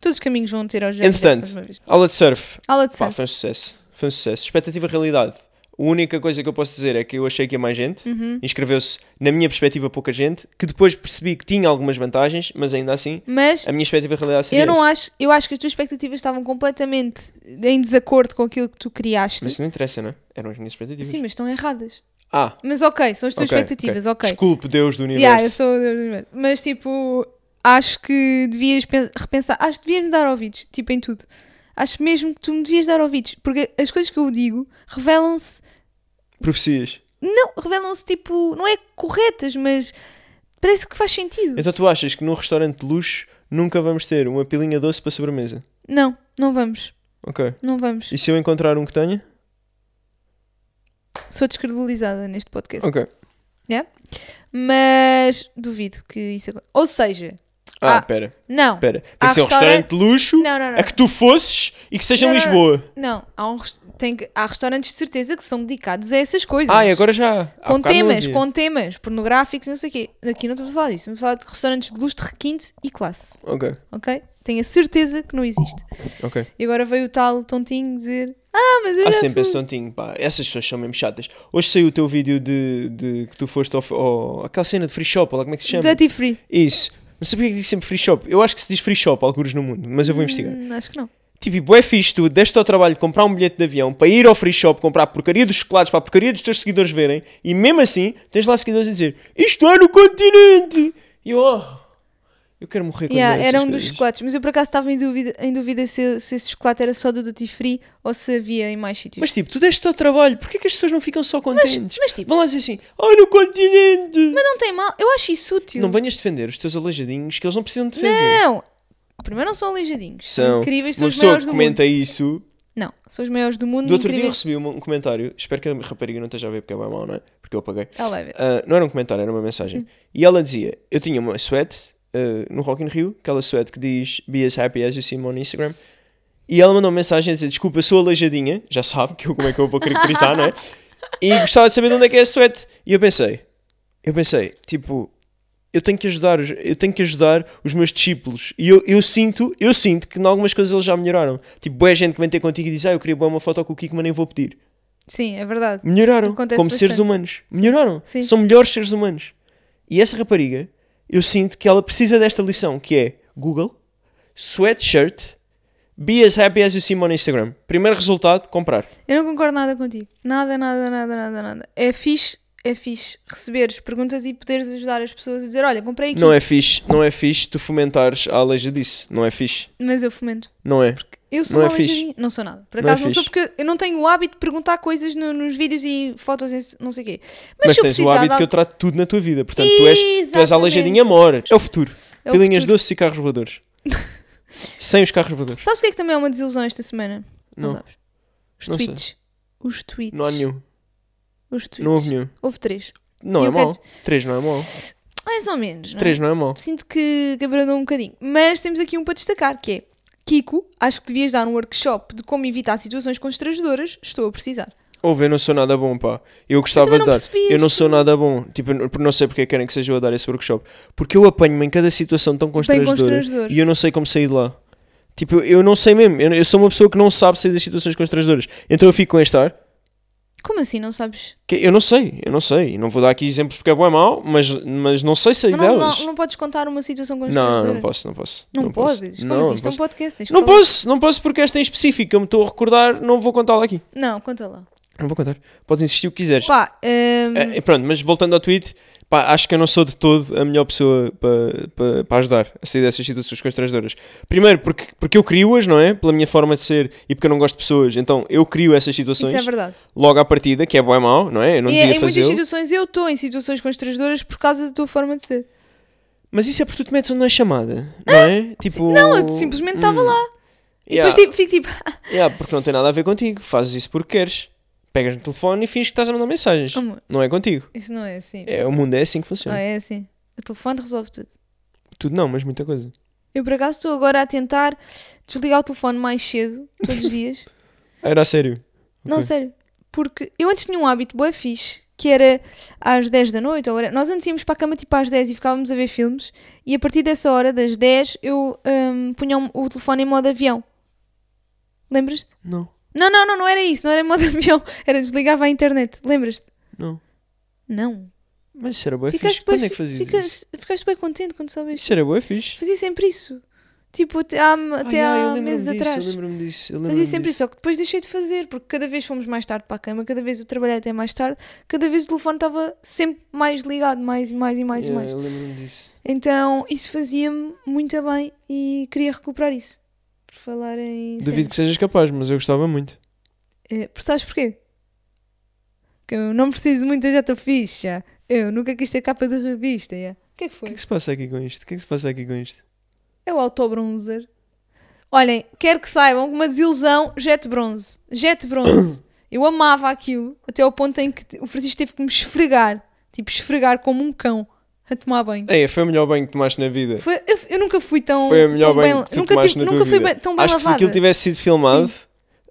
[SPEAKER 2] Todos os caminhos
[SPEAKER 1] [LAUGHS]
[SPEAKER 2] vão ter ao Jack Jack
[SPEAKER 1] Entretanto.
[SPEAKER 2] mais uma vez.
[SPEAKER 1] Aula de surf.
[SPEAKER 2] Aula de
[SPEAKER 1] Pá,
[SPEAKER 2] surf.
[SPEAKER 1] foi um sucesso. Foi um sucesso. Expectativa realidade. A única coisa que eu posso dizer é que eu achei que ia mais gente,
[SPEAKER 2] Uhum.
[SPEAKER 1] inscreveu-se, na minha perspectiva, pouca gente, que depois percebi que tinha algumas vantagens, mas ainda assim,
[SPEAKER 2] Mas
[SPEAKER 1] a minha expectativa de realidade seria
[SPEAKER 2] eu não
[SPEAKER 1] essa.
[SPEAKER 2] acho, eu acho que as tuas expectativas estavam completamente em desacordo com aquilo que tu criaste.
[SPEAKER 1] Mas isso não interessa, não é? Eram as minhas expectativas.
[SPEAKER 2] Sim, mas estão erradas.
[SPEAKER 1] Ah,
[SPEAKER 2] Mas ok, são as tuas
[SPEAKER 1] ok,
[SPEAKER 2] expectativas, ok.
[SPEAKER 1] Desculpe, Deus do Universo.
[SPEAKER 2] Yeah, eu sou. Mas tipo, acho que devias pen- repensar. Acho que devias me dar ouvidos, tipo, em tudo. Acho mesmo que tu me devias dar ouvidos, porque as coisas que eu digo revelam-se.
[SPEAKER 1] Profecias.
[SPEAKER 2] Não, revelam-se tipo. Não é corretas, mas parece que faz sentido.
[SPEAKER 1] Então tu achas que num restaurante de luxo nunca vamos ter uma pilinha doce para sobremesa?
[SPEAKER 2] Não, não vamos.
[SPEAKER 1] Ok.
[SPEAKER 2] Não vamos.
[SPEAKER 1] E se eu encontrar um que tenha?
[SPEAKER 2] Sou descredibilizada neste podcast.
[SPEAKER 1] Ok.
[SPEAKER 2] Mas duvido que isso aconteça. Ou seja,
[SPEAKER 1] Ah,
[SPEAKER 2] Ah.
[SPEAKER 1] pera,
[SPEAKER 2] não.
[SPEAKER 1] pera. Tem
[SPEAKER 2] Há
[SPEAKER 1] que ser um restaurante de luxo
[SPEAKER 2] Não, não, não.
[SPEAKER 1] a que tu fosses e que seja em
[SPEAKER 2] Não, não, não.
[SPEAKER 1] Lisboa.
[SPEAKER 2] Não, há, um rest- tem que- há restaurantes de certeza que são dedicados a essas coisas.
[SPEAKER 1] Ah, e agora já. Há
[SPEAKER 2] com
[SPEAKER 1] bocado não
[SPEAKER 2] temas,
[SPEAKER 1] havia.
[SPEAKER 2] com temas pornográficos e não sei o quê. Aqui não estamos a falar disso. Estamos a falar de restaurantes de luxo, de requinte e classe.
[SPEAKER 1] Ok,
[SPEAKER 2] Ok? Tenho a certeza que não existe.
[SPEAKER 1] ok.
[SPEAKER 2] E agora veio o tal tontinho dizer: Ah, mas eu
[SPEAKER 1] Há
[SPEAKER 2] já
[SPEAKER 1] sempre
[SPEAKER 2] fui."
[SPEAKER 1] esse tontinho, pá. Essas pessoas são mesmo chatas. Hoje saiu o teu vídeo de, de que tu foste ao, ao- aquela cena de free shop, ou lá como é que se chama?
[SPEAKER 2] Duty free.
[SPEAKER 1] Isso. Não sabia que diz sempre free shop. Eu acho que se diz free shop alguns no mundo, mas eu vou investigar.
[SPEAKER 2] Hum, acho que não.
[SPEAKER 1] Tipo, e bué fixe, tu deste ao trabalho de comprar um bilhete de avião para ir ao free shop, comprar a porcaria dos chocolates para a porcaria dos teus seguidores verem, e mesmo assim tens lá seguidores a dizer isto é no continente! E eu, oh, eu quero morrer com
[SPEAKER 2] Yeah,
[SPEAKER 1] é essas
[SPEAKER 2] era um dos
[SPEAKER 1] coisas.
[SPEAKER 2] chocolates, mas eu por acaso estava em dúvida, em dúvida se, se esse chocolate era só do Duty Free ou se havia em mais sítios.
[SPEAKER 1] Mas tipo, tu deste ao trabalho, porquê que as pessoas não ficam só contentes?
[SPEAKER 2] mas, tipo-
[SPEAKER 1] Vão lá dizer assim, oh, no continente!
[SPEAKER 2] Mas não tem mal, eu acho isso útil.
[SPEAKER 1] Não venhas defender os teus aleijadinhos que eles não precisam defender.
[SPEAKER 2] Não! Primeiro não são aleijadinhos, são
[SPEAKER 1] São
[SPEAKER 2] incríveis, são
[SPEAKER 1] uma
[SPEAKER 2] os
[SPEAKER 1] pessoa
[SPEAKER 2] maiores
[SPEAKER 1] que
[SPEAKER 2] do mundo.
[SPEAKER 1] comenta isso
[SPEAKER 2] Não, são os maiores do mundo,
[SPEAKER 1] Do outro dia eu
[SPEAKER 2] incríveis.
[SPEAKER 1] recebi um, um comentário, espero que a rapariga não esteja a ver porque é bem mau, não é? Porque eu apaguei.
[SPEAKER 2] Ela é vai ver.
[SPEAKER 1] Ah, não era um comentário, era uma mensagem. E ela dizia: Eu tinha uma sweat ah, no Rock in Rio, aquela sweat que diz Be as happy as you seem on Instagram. E ela mandou uma mensagem a dizer: Desculpa, eu sou aleijadinha, já sabe que eu, como é que eu vou caracterizar, não é? E gostava de saber de onde é que é a sweat. E eu pensei: Eu pensei, tipo, eu tenho que ajudar, os- eu tenho que ajudar os meus discípulos. E eu, eu sinto, eu sinto que em algumas coisas eles já melhoraram. Tipo, boa gente que vem ter contigo e diz: "Ah, eu queria boa uma foto com o Kiko, mas nem vou pedir".
[SPEAKER 2] Sim, é verdade.
[SPEAKER 1] Melhoraram
[SPEAKER 2] Acontece
[SPEAKER 1] como seres
[SPEAKER 2] bastante.
[SPEAKER 1] humanos. Melhoraram.
[SPEAKER 2] Sim.
[SPEAKER 1] São melhores seres humanos. E essa rapariga, eu sinto que ela precisa desta lição, que é Google, sweatshirt, be as happy as you seem on Instagram. Primeiro resultado, comprar.
[SPEAKER 2] Eu não concordo nada contigo. Nada, nada, nada, nada, nada. É fixe, é fixe receberes perguntas e poderes ajudar as pessoas a dizer: Olha, comprei aqui,
[SPEAKER 1] Não é fixe, não é fixe tu fomentares a aleja disso. Não é fixe.
[SPEAKER 2] mas eu fomento.
[SPEAKER 1] Não é.
[SPEAKER 2] Eu sou
[SPEAKER 1] Não é
[SPEAKER 2] uma
[SPEAKER 1] fixe.
[SPEAKER 2] aleijadinha. Não sou nada. Por
[SPEAKER 1] Não é
[SPEAKER 2] acaso não, sou
[SPEAKER 1] fixe.
[SPEAKER 2] porque eu não tenho o hábito de perguntar coisas no- nos vídeos e fotos e não sei o quê. Mas,
[SPEAKER 1] Mas
[SPEAKER 2] se eu
[SPEAKER 1] tens o
[SPEAKER 2] precisar de
[SPEAKER 1] hábito que eu
[SPEAKER 2] algo-
[SPEAKER 1] trato tudo na tua vida. Portanto, tu és, tu és a
[SPEAKER 2] Exatamente.
[SPEAKER 1] aleijadinha amor. É o futuro.
[SPEAKER 2] É o
[SPEAKER 1] Pilinhas
[SPEAKER 2] futuro.
[SPEAKER 1] doces e
[SPEAKER 2] [LAUGHS]
[SPEAKER 1] carros voadores. Sem os carros voadores.
[SPEAKER 2] Sabes o que é que também é uma desilusão esta semana?
[SPEAKER 1] Não.
[SPEAKER 2] sabes? Os
[SPEAKER 1] Não sei.
[SPEAKER 2] tweets. Os tweets.
[SPEAKER 1] Não há nenhum.
[SPEAKER 2] Os tweets.
[SPEAKER 1] Não houve nenhum.
[SPEAKER 2] Houve três.
[SPEAKER 1] Não
[SPEAKER 2] E
[SPEAKER 1] é
[SPEAKER 2] o que é
[SPEAKER 1] mau. Três não é mau.
[SPEAKER 2] Mais ou menos. não é?
[SPEAKER 1] Três não é mau.
[SPEAKER 2] Sinto que que abrandou um bocadinho. Mas temos aqui um para destacar, que é... Kiko, acho que devias dar um workshop de como evitar situações constrangedoras. Estou a precisar.
[SPEAKER 1] Ouve, eu não sou nada bom, pá. Eu gostava
[SPEAKER 2] também
[SPEAKER 1] de
[SPEAKER 2] não
[SPEAKER 1] dar.
[SPEAKER 2] percebi
[SPEAKER 1] Eu não
[SPEAKER 2] isto.
[SPEAKER 1] sou nada bom. Tipo, eu não não sei porque querem que seja eu a dar esse workshop. Porque eu apanho-me em cada situação tão constrangedora
[SPEAKER 2] constrangedor.
[SPEAKER 1] e eu não sei como sair de lá. Tipo, eu, eu não sei mesmo. Eu, eu sou uma pessoa que não sabe sair das situações constrangedoras. Então eu fico com este ar.
[SPEAKER 2] Como assim? Não sabes?
[SPEAKER 1] Que eu não sei, eu não sei. Não vou dar aqui exemplos porque é bom é mau, mas, mas não sei sair
[SPEAKER 2] Mas não,
[SPEAKER 1] delas.
[SPEAKER 2] não, não podes contar uma situação
[SPEAKER 1] Não,
[SPEAKER 2] constrangedora?
[SPEAKER 1] não posso, não posso.
[SPEAKER 2] Não,
[SPEAKER 1] posso.
[SPEAKER 2] podes?
[SPEAKER 1] Não,
[SPEAKER 2] Como assim?
[SPEAKER 1] não
[SPEAKER 2] Isto é um
[SPEAKER 1] posso.
[SPEAKER 2] podcast. tens que
[SPEAKER 1] Não
[SPEAKER 2] falar.
[SPEAKER 1] posso, não posso porque é esta em específico eu me estou a recordar, não vou contá-la aqui.
[SPEAKER 2] Não, conta lá.
[SPEAKER 1] Não vou contar. Podes insistir o que quiseres.
[SPEAKER 2] Pá, hum,
[SPEAKER 1] É, é, pronto, mas voltando ao tweet, pá, acho que eu não sou de todo a melhor pessoa para pa, pa ajudar a sair dessas situações constrangedoras. Primeiro, porque, porque eu crio-as, não é? Pela minha forma de ser e porque eu não gosto de pessoas, então eu crio essas situações
[SPEAKER 2] isso é verdade.
[SPEAKER 1] logo à partida, que é bom é mau, não é? Eu não
[SPEAKER 2] E
[SPEAKER 1] devia
[SPEAKER 2] em muitas
[SPEAKER 1] fazê-lo.
[SPEAKER 2] situações eu estou em situações constrangedoras por causa da tua forma de ser.
[SPEAKER 1] Mas isso é porque tu te metes onde não é chamada, não é? Tipo,
[SPEAKER 2] Ah, Não, eu simplesmente estava
[SPEAKER 1] hum,
[SPEAKER 2] lá. E
[SPEAKER 1] yeah,
[SPEAKER 2] depois tipo, fico tipo,
[SPEAKER 1] yeah, porque não tem nada a ver contigo, fazes isso porque queres. Pegas no telefone e finges que estás a mandar mensagens.
[SPEAKER 2] Amor.
[SPEAKER 1] Não é contigo.
[SPEAKER 2] isso não é assim.
[SPEAKER 1] É, o mundo é assim que funciona.
[SPEAKER 2] Ah, Hum. é assim. O telefone resolve tudo.
[SPEAKER 1] Tudo não, mas muita coisa.
[SPEAKER 2] Eu por acaso estou agora a tentar desligar o telefone mais cedo, todos os
[SPEAKER 1] [LAUGHS]
[SPEAKER 2] dias.
[SPEAKER 1] Era a sério.
[SPEAKER 2] Não,
[SPEAKER 1] Ok.
[SPEAKER 2] sério. Porque eu antes tinha um hábito bué fixe, que era às 10 da noite, ou era... nós antes íamos para a cama tipo às 10 e ficávamos a ver filmes, e a partir dessa hora, das 10, eu hum, punha o telefone em modo avião. Lembras-te?
[SPEAKER 1] Não.
[SPEAKER 2] Não, não, não, não era isso, não era modo [LAUGHS] avião, era desligava a internet, lembras-te?
[SPEAKER 1] Não.
[SPEAKER 2] Não.
[SPEAKER 1] Mas isso era bué
[SPEAKER 2] Ficaste
[SPEAKER 1] fixe. Quando
[SPEAKER 2] bué
[SPEAKER 1] é que
[SPEAKER 2] fi-
[SPEAKER 1] fazias
[SPEAKER 2] ficas-
[SPEAKER 1] isso?
[SPEAKER 2] Ficaste bem contente quando soubeste.
[SPEAKER 1] Isso era bué fixe.
[SPEAKER 2] Fazia sempre isso. Tipo, até há, até
[SPEAKER 1] Ai, ai, eu
[SPEAKER 2] há
[SPEAKER 1] lembro-me
[SPEAKER 2] meses
[SPEAKER 1] disso,
[SPEAKER 2] atrás.
[SPEAKER 1] Eu lembro-me disso. Eu lembro-me
[SPEAKER 2] Fazia sempre isso,
[SPEAKER 1] disso.
[SPEAKER 2] só que depois deixei de fazer, porque cada vez fomos mais tarde para a cama, cada vez eu trabalhei até mais tarde, cada vez o telefone estava sempre mais ligado, mais e mais e mais
[SPEAKER 1] Yeah,
[SPEAKER 2] e mais.
[SPEAKER 1] É, Eu lembro-me disso.
[SPEAKER 2] Então isso fazia-me muito bem e queria recuperar isso. Por falar em.
[SPEAKER 1] Duvido que sejas capaz, mas eu gostava muito.
[SPEAKER 2] É, porque sabes porquê? Que eu não preciso de muita jeta ficha. Eu nunca quis ter capa de revista. yeah. O que é que
[SPEAKER 1] O que é
[SPEAKER 2] foi?
[SPEAKER 1] que se passa aqui com isto? O que é que se passa aqui com isto?
[SPEAKER 2] É o autobronzer. Olhem, quero que saibam que uma desilusão, jet bronze. Jet bronze. Eu amava aquilo, até ao ponto em que o Francisco teve que me esfregar. Tipo, esfregar como um cão a tomar banho.
[SPEAKER 1] É, foi o melhor banho que tomaste na vida.
[SPEAKER 2] Foi- eu, eu nunca fui tão.
[SPEAKER 1] Foi o melhor
[SPEAKER 2] tão
[SPEAKER 1] banho que tu
[SPEAKER 2] nunca
[SPEAKER 1] tomaste
[SPEAKER 2] tive-
[SPEAKER 1] na tua
[SPEAKER 2] nunca fui
[SPEAKER 1] vida.
[SPEAKER 2] bem- tão bem
[SPEAKER 1] Acho que se
[SPEAKER 2] lavada.
[SPEAKER 1] aquilo tivesse sido filmado,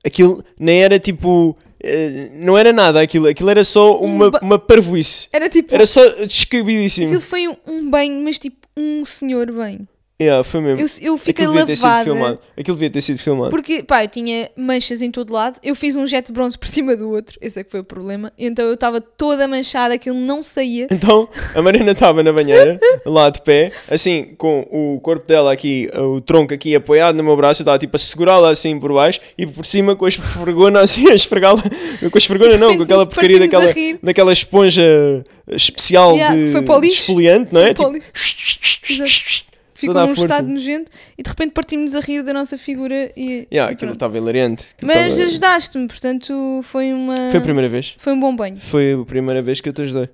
[SPEAKER 1] aquilo nem era tipo. eh, não era nada aquilo, aquilo era só
[SPEAKER 2] Um
[SPEAKER 1] uma,
[SPEAKER 2] ba-
[SPEAKER 1] uma parvoíce.
[SPEAKER 2] Era tipo.
[SPEAKER 1] Era assim. só descabidíssimo.
[SPEAKER 2] Aquilo foi um, um banho, mas tipo um senhor banho.
[SPEAKER 1] Yeah, foi mesmo.
[SPEAKER 2] Eu, eu fiquei
[SPEAKER 1] aquilo devia ter sido
[SPEAKER 2] lavada.
[SPEAKER 1] filmado. Aquilo devia ter sido filmado.
[SPEAKER 2] Porque, pá, eu tinha manchas em todo lado. Eu fiz um jet bronze por [LAUGHS] cima do outro. Esse é que foi o problema. Então eu estava toda manchada, aquilo não saía.
[SPEAKER 1] Então, a Mariana estava na banheira, lá de pé, assim, com o corpo dela aqui, o tronco aqui apoiado no meu braço, eu estava tipo a segurá-la assim por baixo e por cima com a esfregona assim, a esfregá-la. Com a esfregona
[SPEAKER 2] De
[SPEAKER 1] não,
[SPEAKER 2] repente
[SPEAKER 1] com aquela
[SPEAKER 2] nos
[SPEAKER 1] porcaria
[SPEAKER 2] partimos a
[SPEAKER 1] daquela,
[SPEAKER 2] rir.
[SPEAKER 1] daquela esponja especial
[SPEAKER 2] Yeah,
[SPEAKER 1] de,
[SPEAKER 2] foi para o
[SPEAKER 1] de
[SPEAKER 2] lixo.
[SPEAKER 1] esfoliante, não é?
[SPEAKER 2] Foi para o
[SPEAKER 1] Tipo,
[SPEAKER 2] Exato. Ficou
[SPEAKER 1] Toda a
[SPEAKER 2] num
[SPEAKER 1] força.
[SPEAKER 2] estado nojento e de repente partimos a rir da nossa figura. E,
[SPEAKER 1] yeah,
[SPEAKER 2] e
[SPEAKER 1] aquilo
[SPEAKER 2] pronto.
[SPEAKER 1] estava hilariante. aquilo
[SPEAKER 2] Mas
[SPEAKER 1] estava-
[SPEAKER 2] ajudaste-me, portanto foi uma.
[SPEAKER 1] Foi a primeira vez.
[SPEAKER 2] foi um bom banho.
[SPEAKER 1] Foi a primeira vez que eu te ajudei.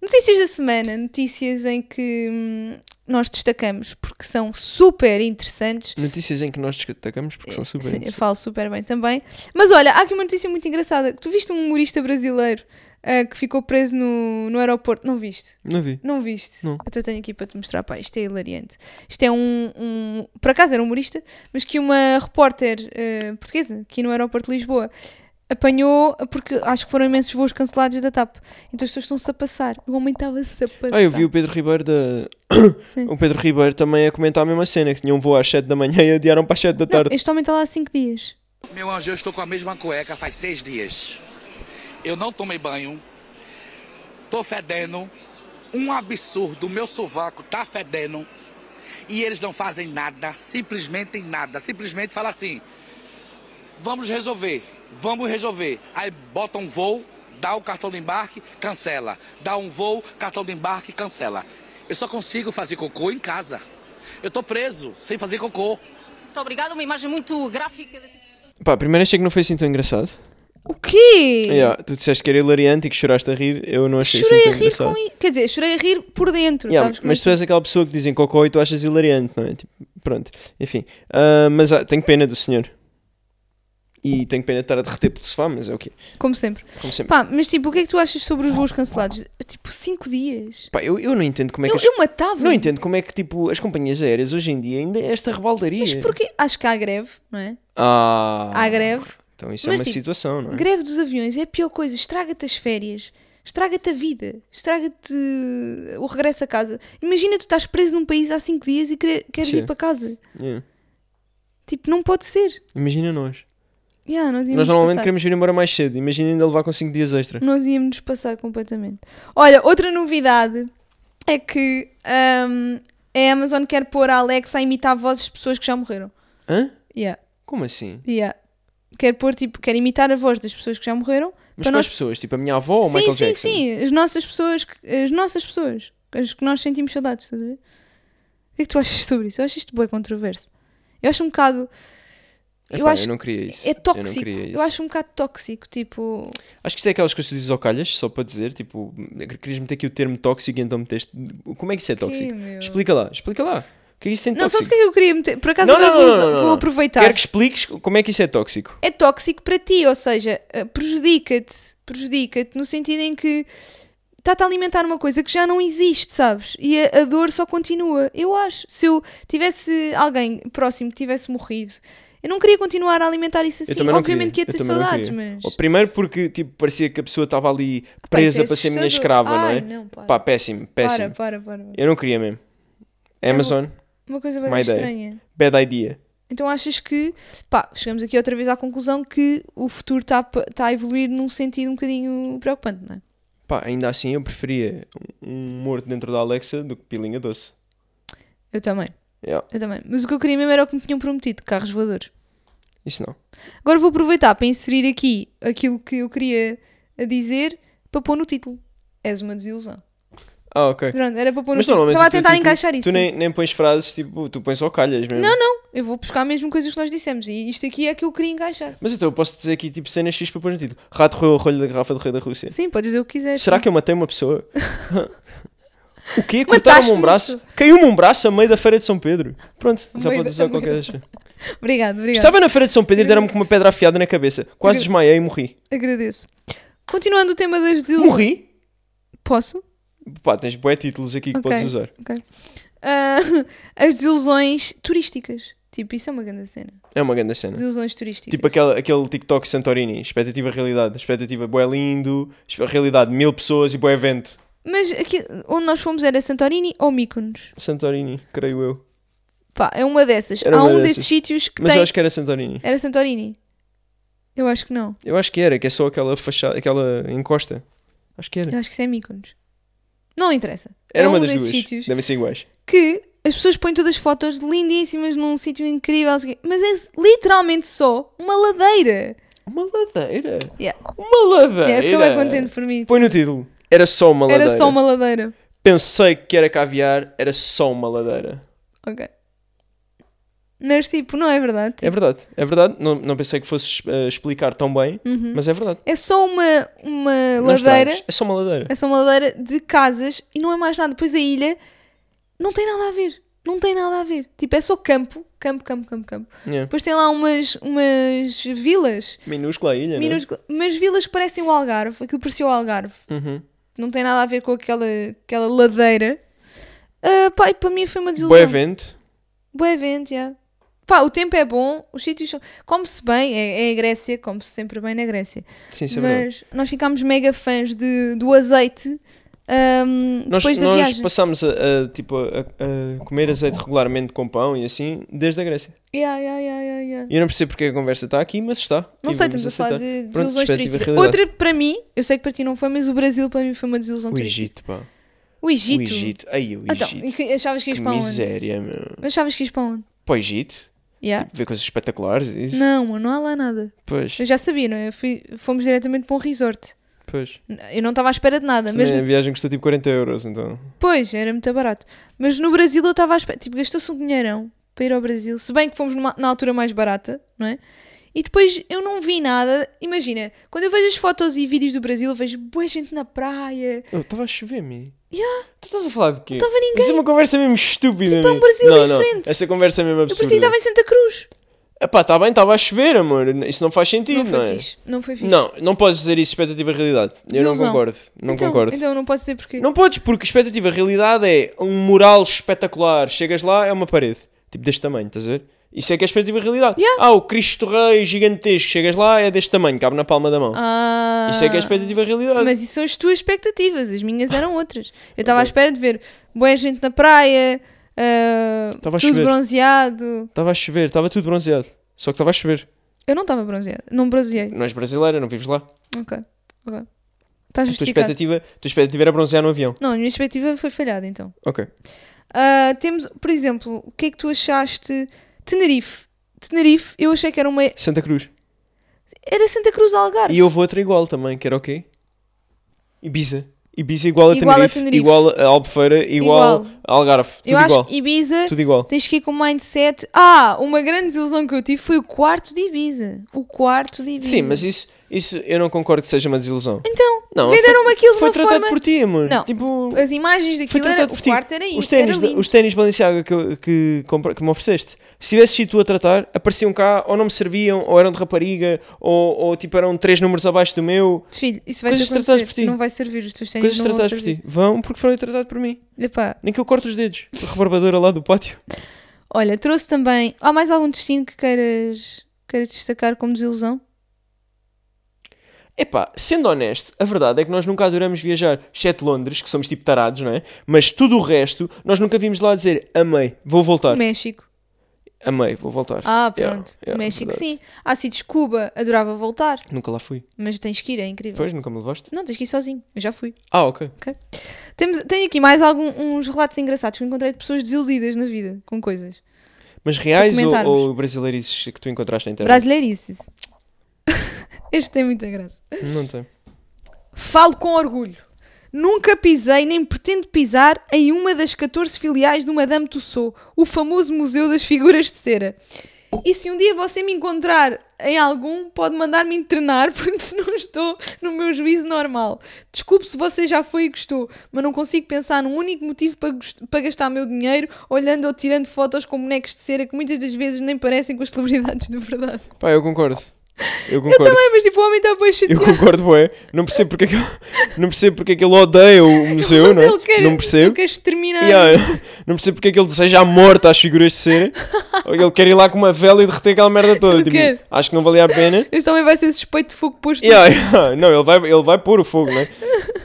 [SPEAKER 2] Notícias da semana, notícias em que hum, nós destacamos porque são super interessantes
[SPEAKER 1] Notícias em que nós destacamos porque são super
[SPEAKER 2] É, Sim, eu
[SPEAKER 1] interessantes.
[SPEAKER 2] falo super bem também. Mas olha, há aqui uma notícia muito engraçada. Tu viste um humorista brasileiro ah, que ficou preso no, no aeroporto? Não viste?
[SPEAKER 1] Não vi.
[SPEAKER 2] Não viste?
[SPEAKER 1] Não.
[SPEAKER 2] Então eu tenho aqui para te mostrar, pá, isto é hilariante. Isto é um, um- Por acaso era um humorista, mas que uma repórter ah, portuguesa, aqui no aeroporto de Lisboa, apanhou, porque acho que foram imensos voos cancelados da TAP. Então as pessoas estão-se a passar. O homem estava-se a passar.
[SPEAKER 1] Ah, eu vi o Pedro Ribeiro da,
[SPEAKER 2] Sim.
[SPEAKER 1] O Pedro Ribeiro também a comentar a mesma cena, que tinha um voo às 7 da manhã e adiaram para as 7 da
[SPEAKER 2] Não,
[SPEAKER 1] tarde.
[SPEAKER 2] este homem está lá há 5 dias.
[SPEAKER 3] Meu anjo, eu estou com a mesma cueca faz seis dias. Eu não tomei banho. Tô fedendo. Um absurdo. Meu sovaco tá fedendo. E eles não fazem nada, simplesmente nada. Simplesmente fala assim: vamos resolver, vamos resolver. Aí bota um voo, dá o cartão de embarque, cancela. Dá um voo, cartão de embarque, cancela. Eu só consigo fazer cocô em casa. Eu tô preso, sem fazer cocô.
[SPEAKER 4] Muito obrigada, uma imagem muito gráfica desse
[SPEAKER 2] é-
[SPEAKER 1] Pá, primeiro achei que não foi assim tão engraçado.
[SPEAKER 2] O quê?
[SPEAKER 1] Yeah, tu disseste que era hilariante e que choraste a rir, eu não achei
[SPEAKER 2] Uhum. Chorei
[SPEAKER 1] assim
[SPEAKER 2] a
[SPEAKER 1] tão
[SPEAKER 2] rir
[SPEAKER 1] engraçado.
[SPEAKER 2] com i- Quer dizer, chorei a rir por dentro,
[SPEAKER 1] Yeah,
[SPEAKER 2] sabes? como
[SPEAKER 1] mas
[SPEAKER 2] é
[SPEAKER 1] tu és aquela pessoa que dizem cocó e tu achas hilariante, não é? Tipo, pronto, enfim. Ah, mas ah, tenho pena do senhor. E tenho pena de estar a derreter pelo sofá, mas é o quê?
[SPEAKER 2] que- Como sempre.
[SPEAKER 1] Como sempre.
[SPEAKER 2] Pá, mas tipo, o que é que tu achas sobre os voos cancelados? Tipo, 5 dias.
[SPEAKER 1] Pá, eu, eu não entendo como é que.
[SPEAKER 2] Eu,
[SPEAKER 1] as-
[SPEAKER 2] eu matava.
[SPEAKER 1] Não entendo como é que, tipo, as companhias aéreas hoje em dia ainda é esta rebaldaria.
[SPEAKER 2] Mas porquê? Acho que há greve, não é?
[SPEAKER 1] Ah,
[SPEAKER 2] Há greve.
[SPEAKER 1] Então isso é
[SPEAKER 2] Mas,
[SPEAKER 1] uma
[SPEAKER 2] tipo,
[SPEAKER 1] situação, não é?
[SPEAKER 2] Greve dos aviões é a pior coisa. Estraga-te as férias. Estraga-te a vida. Estraga-te o regresso a casa. Imagina tu estás preso num país há 5 dias e querer- queres
[SPEAKER 1] Sim.
[SPEAKER 2] ir para casa.
[SPEAKER 1] Yeah.
[SPEAKER 2] Tipo, não pode ser.
[SPEAKER 1] Imagina nós.
[SPEAKER 2] Yeah, nós íamos
[SPEAKER 1] Nós normalmente
[SPEAKER 2] passar.
[SPEAKER 1] queremos ir embora mais cedo. Imagina ainda levar com 5 dias extra.
[SPEAKER 2] Nós íamos passar completamente. Olha, outra novidade é que hum, a Amazon quer pôr a Alexa a imitar vozes de pessoas que já morreram.
[SPEAKER 1] Hã?
[SPEAKER 2] Yeah,
[SPEAKER 1] Como assim?
[SPEAKER 2] yeah. Quer pôr, tipo, quer imitar a voz das pessoas que já morreram.
[SPEAKER 1] Mas quais pessoas? Tipo a minha avó ou o
[SPEAKER 2] Então sim,
[SPEAKER 1] Michael
[SPEAKER 2] sim,
[SPEAKER 1] Jackson?
[SPEAKER 2] sim. As nossas pessoas, que- as nossas pessoas, as que nós sentimos saudades, estás a ver? O que é que tu achas sobre isso? Eu acho isto bem controverso. Eu acho um bocado.
[SPEAKER 1] Epá,
[SPEAKER 2] eu acho
[SPEAKER 1] não queria isso.
[SPEAKER 2] é
[SPEAKER 1] Eu, não
[SPEAKER 2] tóxico.
[SPEAKER 1] queria isso.
[SPEAKER 2] eu acho um bocado tóxico, tipo.
[SPEAKER 1] Acho que isto é aquelas coisas que tu dizes ao calhas, só para dizer. Tipo, querias meter aqui o termo tóxico e então meteste. Como é que isso é tóxico?
[SPEAKER 2] meu?
[SPEAKER 1] Explica lá, explica lá. O que é que isso tem de
[SPEAKER 2] Não, sabes o que
[SPEAKER 1] tóxico?
[SPEAKER 2] é que eu queria meter? Por acaso agora vou, vou aproveitar.
[SPEAKER 1] Quero que expliques como é que isso é tóxico.
[SPEAKER 2] É tóxico para ti, ou seja, eh, prejudica-te. Prejudica-te no sentido em que está-te a alimentar uma coisa que já não existe, sabes? E a, a dor só continua. Eu acho. Se eu tivesse alguém próximo que tivesse morrido, eu não queria continuar a alimentar isso assim.
[SPEAKER 1] eu também não
[SPEAKER 2] Obviamente
[SPEAKER 1] queria.
[SPEAKER 2] que ia ter
[SPEAKER 1] Eu também não
[SPEAKER 2] saudades,
[SPEAKER 1] queria.
[SPEAKER 2] mas.
[SPEAKER 1] Oh, Primeiro porque tipo, parecia que a pessoa estava ali presa
[SPEAKER 2] isso é
[SPEAKER 1] para ser minha
[SPEAKER 2] assustador.
[SPEAKER 1] escrava,
[SPEAKER 2] Ai,
[SPEAKER 1] não é?
[SPEAKER 2] não, para.
[SPEAKER 1] Pá, péssimo,
[SPEAKER 2] Para,
[SPEAKER 1] péssimo.
[SPEAKER 2] para, para. para.
[SPEAKER 1] Eu não queria mesmo. Amazon,
[SPEAKER 2] Uma coisa
[SPEAKER 1] Má
[SPEAKER 2] bem
[SPEAKER 1] ideia.
[SPEAKER 2] estranha.
[SPEAKER 1] bad idea.
[SPEAKER 2] Então achas que, pá, chegamos aqui outra vez à conclusão que o futuro está pa- está a evoluir num sentido um bocadinho preocupante, não é?
[SPEAKER 1] Pá, ainda assim eu preferia um morto dentro da Alexa do que pilinha doce.
[SPEAKER 2] Eu também,
[SPEAKER 1] Yeah,
[SPEAKER 2] eu também. Mas o que eu queria mesmo era o que me tinham prometido, carros voadores.
[SPEAKER 1] isso não.
[SPEAKER 2] Agora vou aproveitar para inserir aqui aquilo que eu queria a dizer para pôr no título. És uma desilusão.
[SPEAKER 1] Ah, ok.
[SPEAKER 2] Pronto, era para pôr no
[SPEAKER 1] Mas
[SPEAKER 2] título.
[SPEAKER 1] normalmente
[SPEAKER 2] Estava a
[SPEAKER 1] o teu
[SPEAKER 2] tentar
[SPEAKER 1] título,
[SPEAKER 2] encaixar isso.
[SPEAKER 1] Tu nem, nem pões frases tipo, tu pões só calhas mesmo.
[SPEAKER 2] Não, não, eu vou buscar mesmo coisas que nós dissemos e isto aqui é que eu queria encaixar.
[SPEAKER 1] Mas então eu posso dizer aqui tipo cena X para pôr no título. Rato roeu o rolho da garrafa do rei da Rússia.
[SPEAKER 2] Sim, podes dizer o que quiseres.
[SPEAKER 1] Será que eu matei uma pessoa? o quê? Cortaram-me
[SPEAKER 2] Mataste-me.
[SPEAKER 1] um braço? Caiu-me um braço a meio da Feira de São Pedro. Pronto, já
[SPEAKER 2] meio
[SPEAKER 1] pode
[SPEAKER 2] da-
[SPEAKER 1] dizer
[SPEAKER 2] a meio
[SPEAKER 1] qualquer
[SPEAKER 2] da-
[SPEAKER 1] coisa.
[SPEAKER 2] [LAUGHS] Obrigado, obrigado.
[SPEAKER 1] [LAUGHS] Estava na Feira de São Pedro e deram-me com uma pedra afiada na cabeça. Quase desmaiei e morri.
[SPEAKER 2] Agradeço. Continuando o tema das desilusões.
[SPEAKER 1] Morri?
[SPEAKER 2] Posso?
[SPEAKER 1] Pá, tens bué títulos aqui que
[SPEAKER 2] Ok.
[SPEAKER 1] podes usar.
[SPEAKER 2] Ok. Ah, [LAUGHS] as desilusões turísticas. Tipo, isso é uma grande cena.
[SPEAKER 1] É uma grande cena.
[SPEAKER 2] Desilusões turísticas.
[SPEAKER 1] Tipo aquele, aquele TikTok Santorini, expectativa realidade. Expectativa boé lindo, espe- realidade mil pessoas e boé evento.
[SPEAKER 2] Mas aqui, onde nós fomos era Santorini ou Mykonos?
[SPEAKER 1] Santorini, creio eu.
[SPEAKER 2] Pá, é uma dessas.
[SPEAKER 1] Era
[SPEAKER 2] Há
[SPEAKER 1] uma
[SPEAKER 2] um
[SPEAKER 1] dessas.
[SPEAKER 2] desses sítios que
[SPEAKER 1] Mas
[SPEAKER 2] tem.
[SPEAKER 1] eu acho que era Santorini.
[SPEAKER 2] Era Santorini? Eu acho que não.
[SPEAKER 1] Eu acho que era, que é só aquela fachada, aquela encosta. Acho que era.
[SPEAKER 2] Eu acho que isso é Mykonos. Não interessa.
[SPEAKER 1] Era
[SPEAKER 2] é
[SPEAKER 1] uma
[SPEAKER 2] um
[SPEAKER 1] das
[SPEAKER 2] desses
[SPEAKER 1] duas.
[SPEAKER 2] sítios
[SPEAKER 1] Devem ser iguais.
[SPEAKER 2] que as pessoas põem todas fotos lindíssimas num sítio incrível, não sei o quê, mas é literalmente só uma ladeira.
[SPEAKER 1] Uma ladeira.
[SPEAKER 2] Yeah.
[SPEAKER 1] Uma ladeira.
[SPEAKER 2] É, fico bem contente por mim.
[SPEAKER 1] Põe no título. Era só Ah, uma ladeira.
[SPEAKER 2] Era só uma ladeira.
[SPEAKER 1] Pensei que era caviar, era só uma ladeira.
[SPEAKER 2] Ok. Mas tipo, não é verdade.
[SPEAKER 1] É verdade, é verdade. Não, não pensei que fosse eh, explicar tão bem, mas é verdade.
[SPEAKER 2] É só uma, uma
[SPEAKER 1] Não
[SPEAKER 2] ladeira.
[SPEAKER 1] estragas. É só uma ladeira.
[SPEAKER 2] É só uma ladeira de casas e não é mais nada. Depois a ilha não tem nada a ver. Não tem nada a ver. Tipo, é só campo. Campo, campo, campo, campo.
[SPEAKER 1] Yeah.
[SPEAKER 2] Depois tem lá umas, umas vilas.
[SPEAKER 1] Minúscula a ilha, né?
[SPEAKER 2] minúsculas, Mas vilas que parecem o Algarve. Aquilo parecia o Algarve.
[SPEAKER 1] Uhum.
[SPEAKER 2] Não tem nada a ver com aquela, aquela ladeira. Ah, pá, e para mim foi uma
[SPEAKER 1] Boa
[SPEAKER 2] desilusão.
[SPEAKER 1] evento.
[SPEAKER 2] Boa evento, já. Pá, o tempo é bom, os sítios são. Come-se bem, é, é a Grécia, come-se sempre bem na Grécia.
[SPEAKER 1] Sim, isso é verdade.
[SPEAKER 2] Mas nós ficámos mega fãs de, do azeite ahm,
[SPEAKER 1] Nós,
[SPEAKER 2] depois da
[SPEAKER 1] nós
[SPEAKER 2] viagem. Uhum.
[SPEAKER 1] passámos a, a, tipo, a, a comer azeite regularmente com pão e assim, desde a Grécia.
[SPEAKER 2] Yeah, yeah, yeah, yeah, yeah.
[SPEAKER 1] E eu não percebo porque a conversa está aqui, mas está.
[SPEAKER 2] Não
[SPEAKER 1] E
[SPEAKER 2] sei,
[SPEAKER 1] vamos
[SPEAKER 2] estamos a falar
[SPEAKER 1] aceitar.
[SPEAKER 2] de
[SPEAKER 1] Pronto,
[SPEAKER 2] desilusões
[SPEAKER 1] perspectiva
[SPEAKER 2] turísticas.
[SPEAKER 1] realidade.
[SPEAKER 2] Outra para mim, eu sei que para ti não foi, mas o Brasil para mim foi uma desilusão
[SPEAKER 1] O
[SPEAKER 2] turística.
[SPEAKER 1] Egito, pá.
[SPEAKER 2] O Egito.
[SPEAKER 1] O Egito. Aí, o Egito.
[SPEAKER 2] Então, e que- achavas que ias
[SPEAKER 1] que
[SPEAKER 2] para
[SPEAKER 1] miséria, Tipo, meu.
[SPEAKER 2] onde? Achavas que ias para onde?
[SPEAKER 1] Para o Egito?
[SPEAKER 2] Yeah.
[SPEAKER 1] Ver coisas espetaculares? Isso?
[SPEAKER 2] Não, não há lá nada.
[SPEAKER 1] Pois,
[SPEAKER 2] Eu já sabia, não é? Eu fui- fomos diretamente para um resort.
[SPEAKER 1] pois.
[SPEAKER 2] Eu não estava à espera de nada, mas
[SPEAKER 1] Também A viagem custou tipo 40 euros, então.
[SPEAKER 2] Pois, era muito barato. Mas no Brasil eu estava à espera. Tipo, gastou-se um dinheirão para ir ao Brasil. Se bem que fomos numa- na altura mais barata, não é? E depois eu não vi nada. Imagina, quando eu vejo as fotos e vídeos do Brasil, eu vejo boa gente na praia.
[SPEAKER 1] Eu estava a chover, me Tu estás a falar de quê?
[SPEAKER 2] Não estava ninguém.
[SPEAKER 1] Isso é uma conversa mesmo estúpida,
[SPEAKER 2] Tipo, é um
[SPEAKER 1] meu.
[SPEAKER 2] Brasil
[SPEAKER 1] não,
[SPEAKER 2] diferente.
[SPEAKER 1] Não, essa conversa é mesmo
[SPEAKER 2] Eu parecia que estava
[SPEAKER 1] absurda.
[SPEAKER 2] em Santa Cruz.
[SPEAKER 1] Epá, está bem, estava a chover, amor. Isso não faz sentido,
[SPEAKER 2] Não
[SPEAKER 1] não,
[SPEAKER 2] foi
[SPEAKER 1] é?
[SPEAKER 2] fixe. Não foi fixe.
[SPEAKER 1] Não, não podes dizer isso, expectativa e realidade. Eu não
[SPEAKER 2] Desilusão.
[SPEAKER 1] concordo. Não
[SPEAKER 2] então,
[SPEAKER 1] concordo.
[SPEAKER 2] Então eu não posso dizer porquê.
[SPEAKER 1] Não podes, porque expectativa e realidade é um mural espetacular. Chegas lá, é uma parede. Tipo deste tamanho, estás a ver? Isso é que é expectativa e realidade.
[SPEAKER 2] Yeah.
[SPEAKER 1] Ah, o Cristo Rei gigantesco, chegas lá, é deste tamanho, cabe na palma da mão.
[SPEAKER 2] Ah,
[SPEAKER 1] Isso é que é expectativa e realidade.
[SPEAKER 2] Mas isso são as tuas expectativas. As minhas eram outras. Eu estava à espera de ver boa gente na praia. ah,
[SPEAKER 1] Estava a
[SPEAKER 2] tudo
[SPEAKER 1] chover.
[SPEAKER 2] bronzeado.
[SPEAKER 1] Estava a chover, estava tudo bronzeado. Só que estava a chover.
[SPEAKER 2] Eu não estava bronzeado. Não bronzeei.
[SPEAKER 1] Não és brasileira, não vives lá.
[SPEAKER 2] Ok, ok. Está
[SPEAKER 1] A tua
[SPEAKER 2] justificado.
[SPEAKER 1] expectativa, a tua expectativa era bronzear no avião.
[SPEAKER 2] Não, a minha expectativa foi falhada então.
[SPEAKER 1] Ok.
[SPEAKER 2] Ah, temos, por exemplo, o que é que tu achaste? Tenerife. Tenerife, eu achei que era uma.
[SPEAKER 1] Santa Cruz.
[SPEAKER 2] Era Santa Cruz de Algarve.
[SPEAKER 1] E houve outra igual também, que era o quê? Ibiza. Ibiza igual a
[SPEAKER 2] Igual a
[SPEAKER 1] Tenerife.
[SPEAKER 2] Tenerife.
[SPEAKER 1] Igual a Albufeira. Igual,
[SPEAKER 2] Igual.
[SPEAKER 1] a Algarve. Tudo
[SPEAKER 2] eu acho
[SPEAKER 1] igual.
[SPEAKER 2] que Ibiza,
[SPEAKER 1] Tudo igual.
[SPEAKER 2] tens que ir com um mindset. Ah, uma grande desilusão que eu tive foi o quarto de Ibiza. O quarto de Ibiza.
[SPEAKER 1] Sim, mas isso, isso eu não concordo que seja uma desilusão.
[SPEAKER 2] Então,
[SPEAKER 1] Não,
[SPEAKER 2] venderam-me aquilo de
[SPEAKER 1] Foi
[SPEAKER 2] uma
[SPEAKER 1] tratado
[SPEAKER 2] forma.
[SPEAKER 1] por ti, amor.
[SPEAKER 2] Não.
[SPEAKER 1] Tipo,
[SPEAKER 2] As imagens
[SPEAKER 1] foi
[SPEAKER 2] daquilo
[SPEAKER 1] tratado
[SPEAKER 2] era.
[SPEAKER 1] por
[SPEAKER 2] O
[SPEAKER 1] ti.
[SPEAKER 2] quarto era isso.
[SPEAKER 1] Os ténis,
[SPEAKER 2] era lindo.
[SPEAKER 1] os ténis Balenciaga que, eu- que, compra- que me ofereceste, se tivesse sido tu a tratar, apareciam cá, ou não me serviam, ou eram de rapariga, ou, ou tipo eram três números abaixo do meu.
[SPEAKER 2] Filho, isso vai
[SPEAKER 1] Coisas
[SPEAKER 2] te
[SPEAKER 1] tratadas por
[SPEAKER 2] acontecer.
[SPEAKER 1] ti.
[SPEAKER 2] Não vai servir os teus ténis.
[SPEAKER 1] Coisas
[SPEAKER 2] não vão
[SPEAKER 1] tratadas por
[SPEAKER 2] servir.
[SPEAKER 1] ti. Vão porque foram tratadas por mim.
[SPEAKER 2] Epá,
[SPEAKER 1] Nem que eu corte os dedos. A rebarbadora lá do pátio.
[SPEAKER 2] Olha, trouxe também. Há mais algum destino que queiras, queiras destacar como desilusão?
[SPEAKER 1] Epá, sendo honesto, a verdade é que nós nunca adoramos viajar, exceto Londres, que somos tipo tarados, não é? Mas tudo o resto, nós nunca vimos lá dizer amei, vou voltar.
[SPEAKER 2] México.
[SPEAKER 1] Amei, vou voltar.
[SPEAKER 2] Ah, pronto.
[SPEAKER 1] Yeah, yeah,
[SPEAKER 2] México,
[SPEAKER 1] verdade.
[SPEAKER 2] sim. Há sítios. Cuba, adorava voltar.
[SPEAKER 1] Nunca lá fui.
[SPEAKER 2] Mas tens que ir, é incrível.
[SPEAKER 1] Pois, nunca me levaste?
[SPEAKER 2] Não, tens que ir sozinho. Eu já fui.
[SPEAKER 1] Ah, ok.
[SPEAKER 2] Temos, tenho aqui mais alguns uns relatos engraçados que eu encontrei de pessoas desiludidas na vida com coisas.
[SPEAKER 1] Mas reais ou,
[SPEAKER 2] comentarmos.
[SPEAKER 1] ou brasileirices que tu encontraste na internet?
[SPEAKER 2] Brasileirices. [LAUGHS] este tem muita graça.
[SPEAKER 1] Não tem.
[SPEAKER 2] Falo com orgulho. Nunca pisei nem pretendo pisar em uma das 14 filiais do Madame Tussauds, o famoso Museu das Figuras de Cera. E se um dia você me encontrar em algum, pode mandar-me internar [LAUGHS] porque não estou no meu juízo normal. Desculpe se você já foi e gostou, mas não consigo pensar num único motivo para, gost- para gastar meu dinheiro olhando ou tirando fotos com bonecos de cera que muitas das vezes nem parecem com as celebridades de verdade.
[SPEAKER 1] Pá, eu concordo. Eu concordo.
[SPEAKER 2] Eu também, mas tipo, o homem está bem
[SPEAKER 1] Eu
[SPEAKER 2] chateado.
[SPEAKER 1] concordo, bué. Não percebo porque é que ele, não percebo porque é que ele odeia o museu, não é?
[SPEAKER 2] Ele quer-
[SPEAKER 1] Não
[SPEAKER 2] Ele
[SPEAKER 1] percebo. ah,
[SPEAKER 2] quer exterminar.
[SPEAKER 1] Yeah, não percebo porque é que ele deseja a morte às figuras de cera. Ou ele quer ir lá com uma vela e derreter aquela merda toda.
[SPEAKER 2] Ele
[SPEAKER 1] Tipo,
[SPEAKER 2] quer.
[SPEAKER 1] acho que não valia a pena.
[SPEAKER 2] Este Então também vai ser suspeito de fogo posto.
[SPEAKER 1] Yeah, yeah. Não, ele vai, ele vai pôr o fogo, né?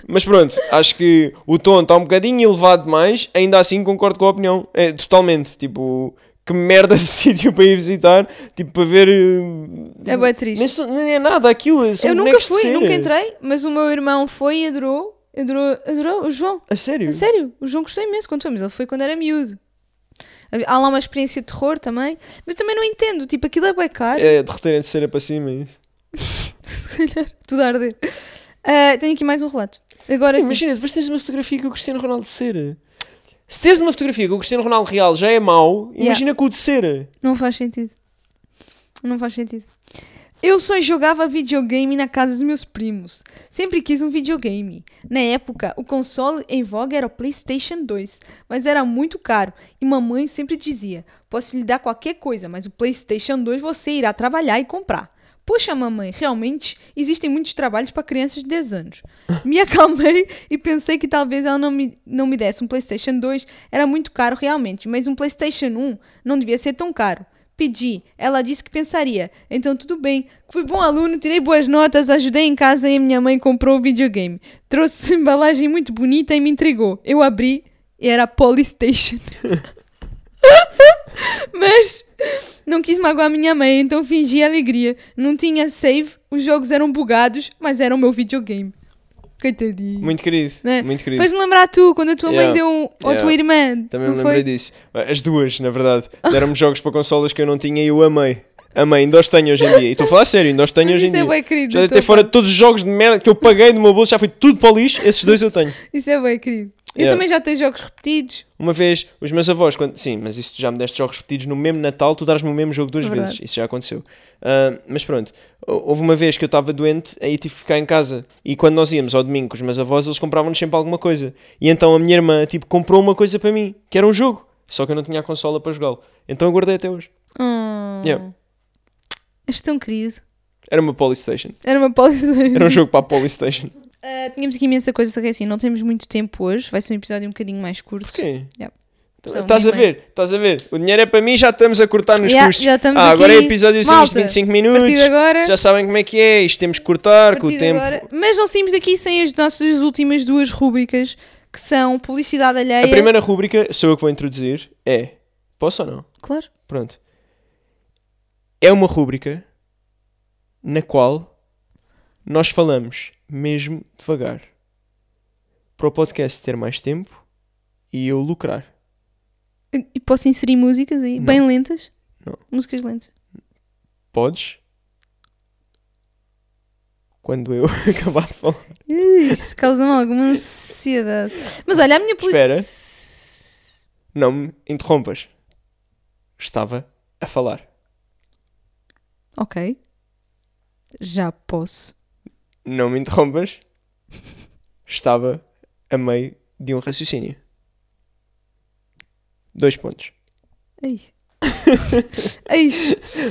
[SPEAKER 1] Mas pronto, acho que o tom está um bocadinho elevado demais. Ainda assim, concordo com a opinião. É, totalmente. Tipo, que merda [LAUGHS] de sítio para ir visitar. Tipo, para ver. eh,
[SPEAKER 2] É bué triste.
[SPEAKER 1] Nem, são- nem é nada aquilo. São
[SPEAKER 2] eu nunca
[SPEAKER 1] bonecos de
[SPEAKER 2] fui,
[SPEAKER 1] cera.
[SPEAKER 2] nunca entrei, mas o meu irmão foi e adorou. Adorou, adorou. O João,
[SPEAKER 1] A sério?
[SPEAKER 2] a sério, o João gostou imenso quando foi, mas ele foi quando era miúdo. Há lá uma experiência de terror também, mas também não entendo. Tipo, aquilo é bem caro,
[SPEAKER 1] É, derreterem de cera para cima. é isso.
[SPEAKER 2] tudo a arder. Ah, tenho aqui mais um relato. Agora sim.
[SPEAKER 1] Imagina, depois tens uma fotografia com o Cristiano Ronaldo de cera. Se tens uma fotografia com o Cristiano Ronaldo real já é mau, imagina com o de cera.
[SPEAKER 2] Não faz sentido. Não faz sentido. Eu só jogava videogame na casa dos meus primos. Sempre quis um videogame. Na época, o console em voga era o PlayStation 2, mas era muito caro e mamãe sempre dizia: Posso lhe dar qualquer coisa, mas o PlayStation 2 você irá trabalhar e comprar. Poxa, mamãe, realmente existem muitos trabalhos para crianças de 10 anos. Me acalmei e pensei que talvez ela não me, não me desse um PlayStation 2. Era muito caro realmente, mas um PlayStation 1 não devia ser tão caro. Pedi, ela disse que pensaria. Então tudo bem. Fui bom aluno, tirei boas notas, ajudei em casa e a minha mãe comprou o videogame. Trouxe uma embalagem muito bonita e me entregou. Eu abri e era a Polystation. [LAUGHS] Mas não quis magoar minha mãe, então fingi alegria. Não tinha save, os jogos eram bugados, mas era o meu videogame. Coitadinho.
[SPEAKER 1] Muito querido.
[SPEAKER 2] né?
[SPEAKER 1] Muito querido.
[SPEAKER 2] Faz-me lembrar tu, quando a tua
[SPEAKER 1] Yeah,
[SPEAKER 2] mãe deu um. Ou a tua
[SPEAKER 1] yeah.
[SPEAKER 2] irmã.
[SPEAKER 1] Também
[SPEAKER 2] não
[SPEAKER 1] me
[SPEAKER 2] foi?
[SPEAKER 1] lembrei disso. As duas,
[SPEAKER 2] [LAUGHS]
[SPEAKER 1] na verdade. Deram-me jogos para consolas que eu não tinha e eu amei. Amei, ainda os tenho hoje em dia. E estou a falar sério, ainda os tenho
[SPEAKER 2] Mas
[SPEAKER 1] hoje em
[SPEAKER 2] isso é
[SPEAKER 1] dia.
[SPEAKER 2] bué querido
[SPEAKER 1] já
[SPEAKER 2] da
[SPEAKER 1] deitei
[SPEAKER 2] tua
[SPEAKER 1] fora todos os jogos de merda que eu paguei do meu bolso, já foi tudo para o lixo. Esses dois eu tenho.
[SPEAKER 2] Isso é bem, querido. Eu
[SPEAKER 1] Yeah.
[SPEAKER 2] também já tenho jogos repetidos.
[SPEAKER 1] Uma vez, os meus avós, quando... sim, mas isso tu já me deste jogos repetidos no mesmo Natal, tu dares-me o mesmo jogo duas
[SPEAKER 2] Verdade.
[SPEAKER 1] vezes. Isso já aconteceu. Ah, mas pronto, hou- houve uma vez que eu estava doente, aí tive que ficar em casa. E quando nós íamos ao domingo com os meus avós, eles compravam-nos sempre alguma coisa. E então a minha irmã, tipo, comprou uma coisa para mim, que era um jogo. Só que eu não tinha a consola para jogá-lo. Então eu guardei até hoje.
[SPEAKER 2] Oh,
[SPEAKER 1] Yeah.
[SPEAKER 2] És tão querido.
[SPEAKER 1] Era uma Polystation.
[SPEAKER 2] Era uma Polystation.
[SPEAKER 1] Era um jogo para a Polystation.
[SPEAKER 2] Ah, tínhamos aqui imensa coisa, só que é assim, não temos muito tempo hoje. Vai ser um episódio um bocadinho mais curto.
[SPEAKER 1] Porquê?
[SPEAKER 2] Yeah.
[SPEAKER 1] Então,
[SPEAKER 2] São
[SPEAKER 1] Estás a
[SPEAKER 2] bem bem.
[SPEAKER 1] ver? Estás a ver? O dinheiro é para mim, já estamos a cortar nos
[SPEAKER 2] Yeah,
[SPEAKER 1] custos.
[SPEAKER 2] já estamos
[SPEAKER 1] ah, agora é
[SPEAKER 2] aqui.
[SPEAKER 1] episódio
[SPEAKER 2] Malta,
[SPEAKER 1] de 25
[SPEAKER 2] a partir de
[SPEAKER 1] minutos.
[SPEAKER 2] agora-
[SPEAKER 1] Já sabem como é que é. Isto temos que cortar com
[SPEAKER 2] partir
[SPEAKER 1] o
[SPEAKER 2] de
[SPEAKER 1] tempo.
[SPEAKER 2] agora. Mas não saímos daqui sem as nossas últimas duas rúbricas, que são publicidade alheia.
[SPEAKER 1] A primeira rúbrica, sou eu que vou introduzir, é. Posso ou não?
[SPEAKER 2] Claro.
[SPEAKER 1] Pronto. É uma rúbrica na qual nós falamos mesmo devagar para o podcast ter mais tempo e eu lucrar.
[SPEAKER 2] E posso inserir músicas aí, bem lentas.
[SPEAKER 1] Não.
[SPEAKER 2] Músicas lentas.
[SPEAKER 1] Podes? Quando eu [LAUGHS] acabar de falar.
[SPEAKER 2] Ih, Isso causa-me alguma ansiedade. Mas olha, a minha
[SPEAKER 1] Espera.
[SPEAKER 2] publicidade.
[SPEAKER 1] Não me interrompas. Estava a falar.
[SPEAKER 2] Ok. Já posso.
[SPEAKER 1] Não me interrompas. Estava a meio de um raciocínio. Dois pontos.
[SPEAKER 2] Ai. [LAUGHS] Ai.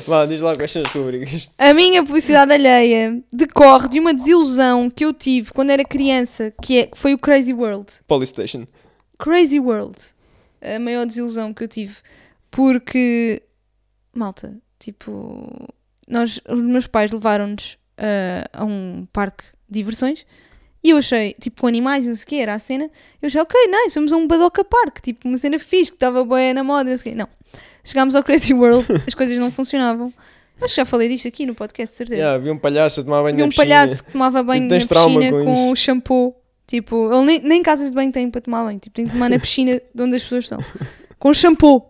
[SPEAKER 1] Vá, diz lá quais são as rubricas.
[SPEAKER 2] A minha publicidade alheia decorre de uma desilusão que eu tive quando era criança, que é- que foi o Crazy World.
[SPEAKER 1] Polystation.
[SPEAKER 2] Crazy World. A maior desilusão que eu tive. Porque, malta, tipo, nós, os meus pais levaram-nos ah, a um parque de diversões e eu achei, tipo, com animais, não sei o quê, era a cena. Eu achei, ok, nice, vamos a um Badoca Park, tipo, uma cena fixe que estava boa na moda, não sei o quê. Não. Chegámos ao Crazy World, as coisas não funcionavam. Acho que já falei disto aqui no podcast, de certeza.
[SPEAKER 1] Yeah, havia um palhaço a tomar banho
[SPEAKER 2] Havia
[SPEAKER 1] na
[SPEAKER 2] um
[SPEAKER 1] piscina.
[SPEAKER 2] palhaço que tomava banho na
[SPEAKER 1] tens trauma
[SPEAKER 2] piscina
[SPEAKER 1] com
[SPEAKER 2] com,
[SPEAKER 1] isso.
[SPEAKER 2] shampoo. Tipo, ele nem, nem casas de banho tem para tomar banho. Tipo, tem que tomar na piscina [LAUGHS] de onde as pessoas estão. Com shampoo.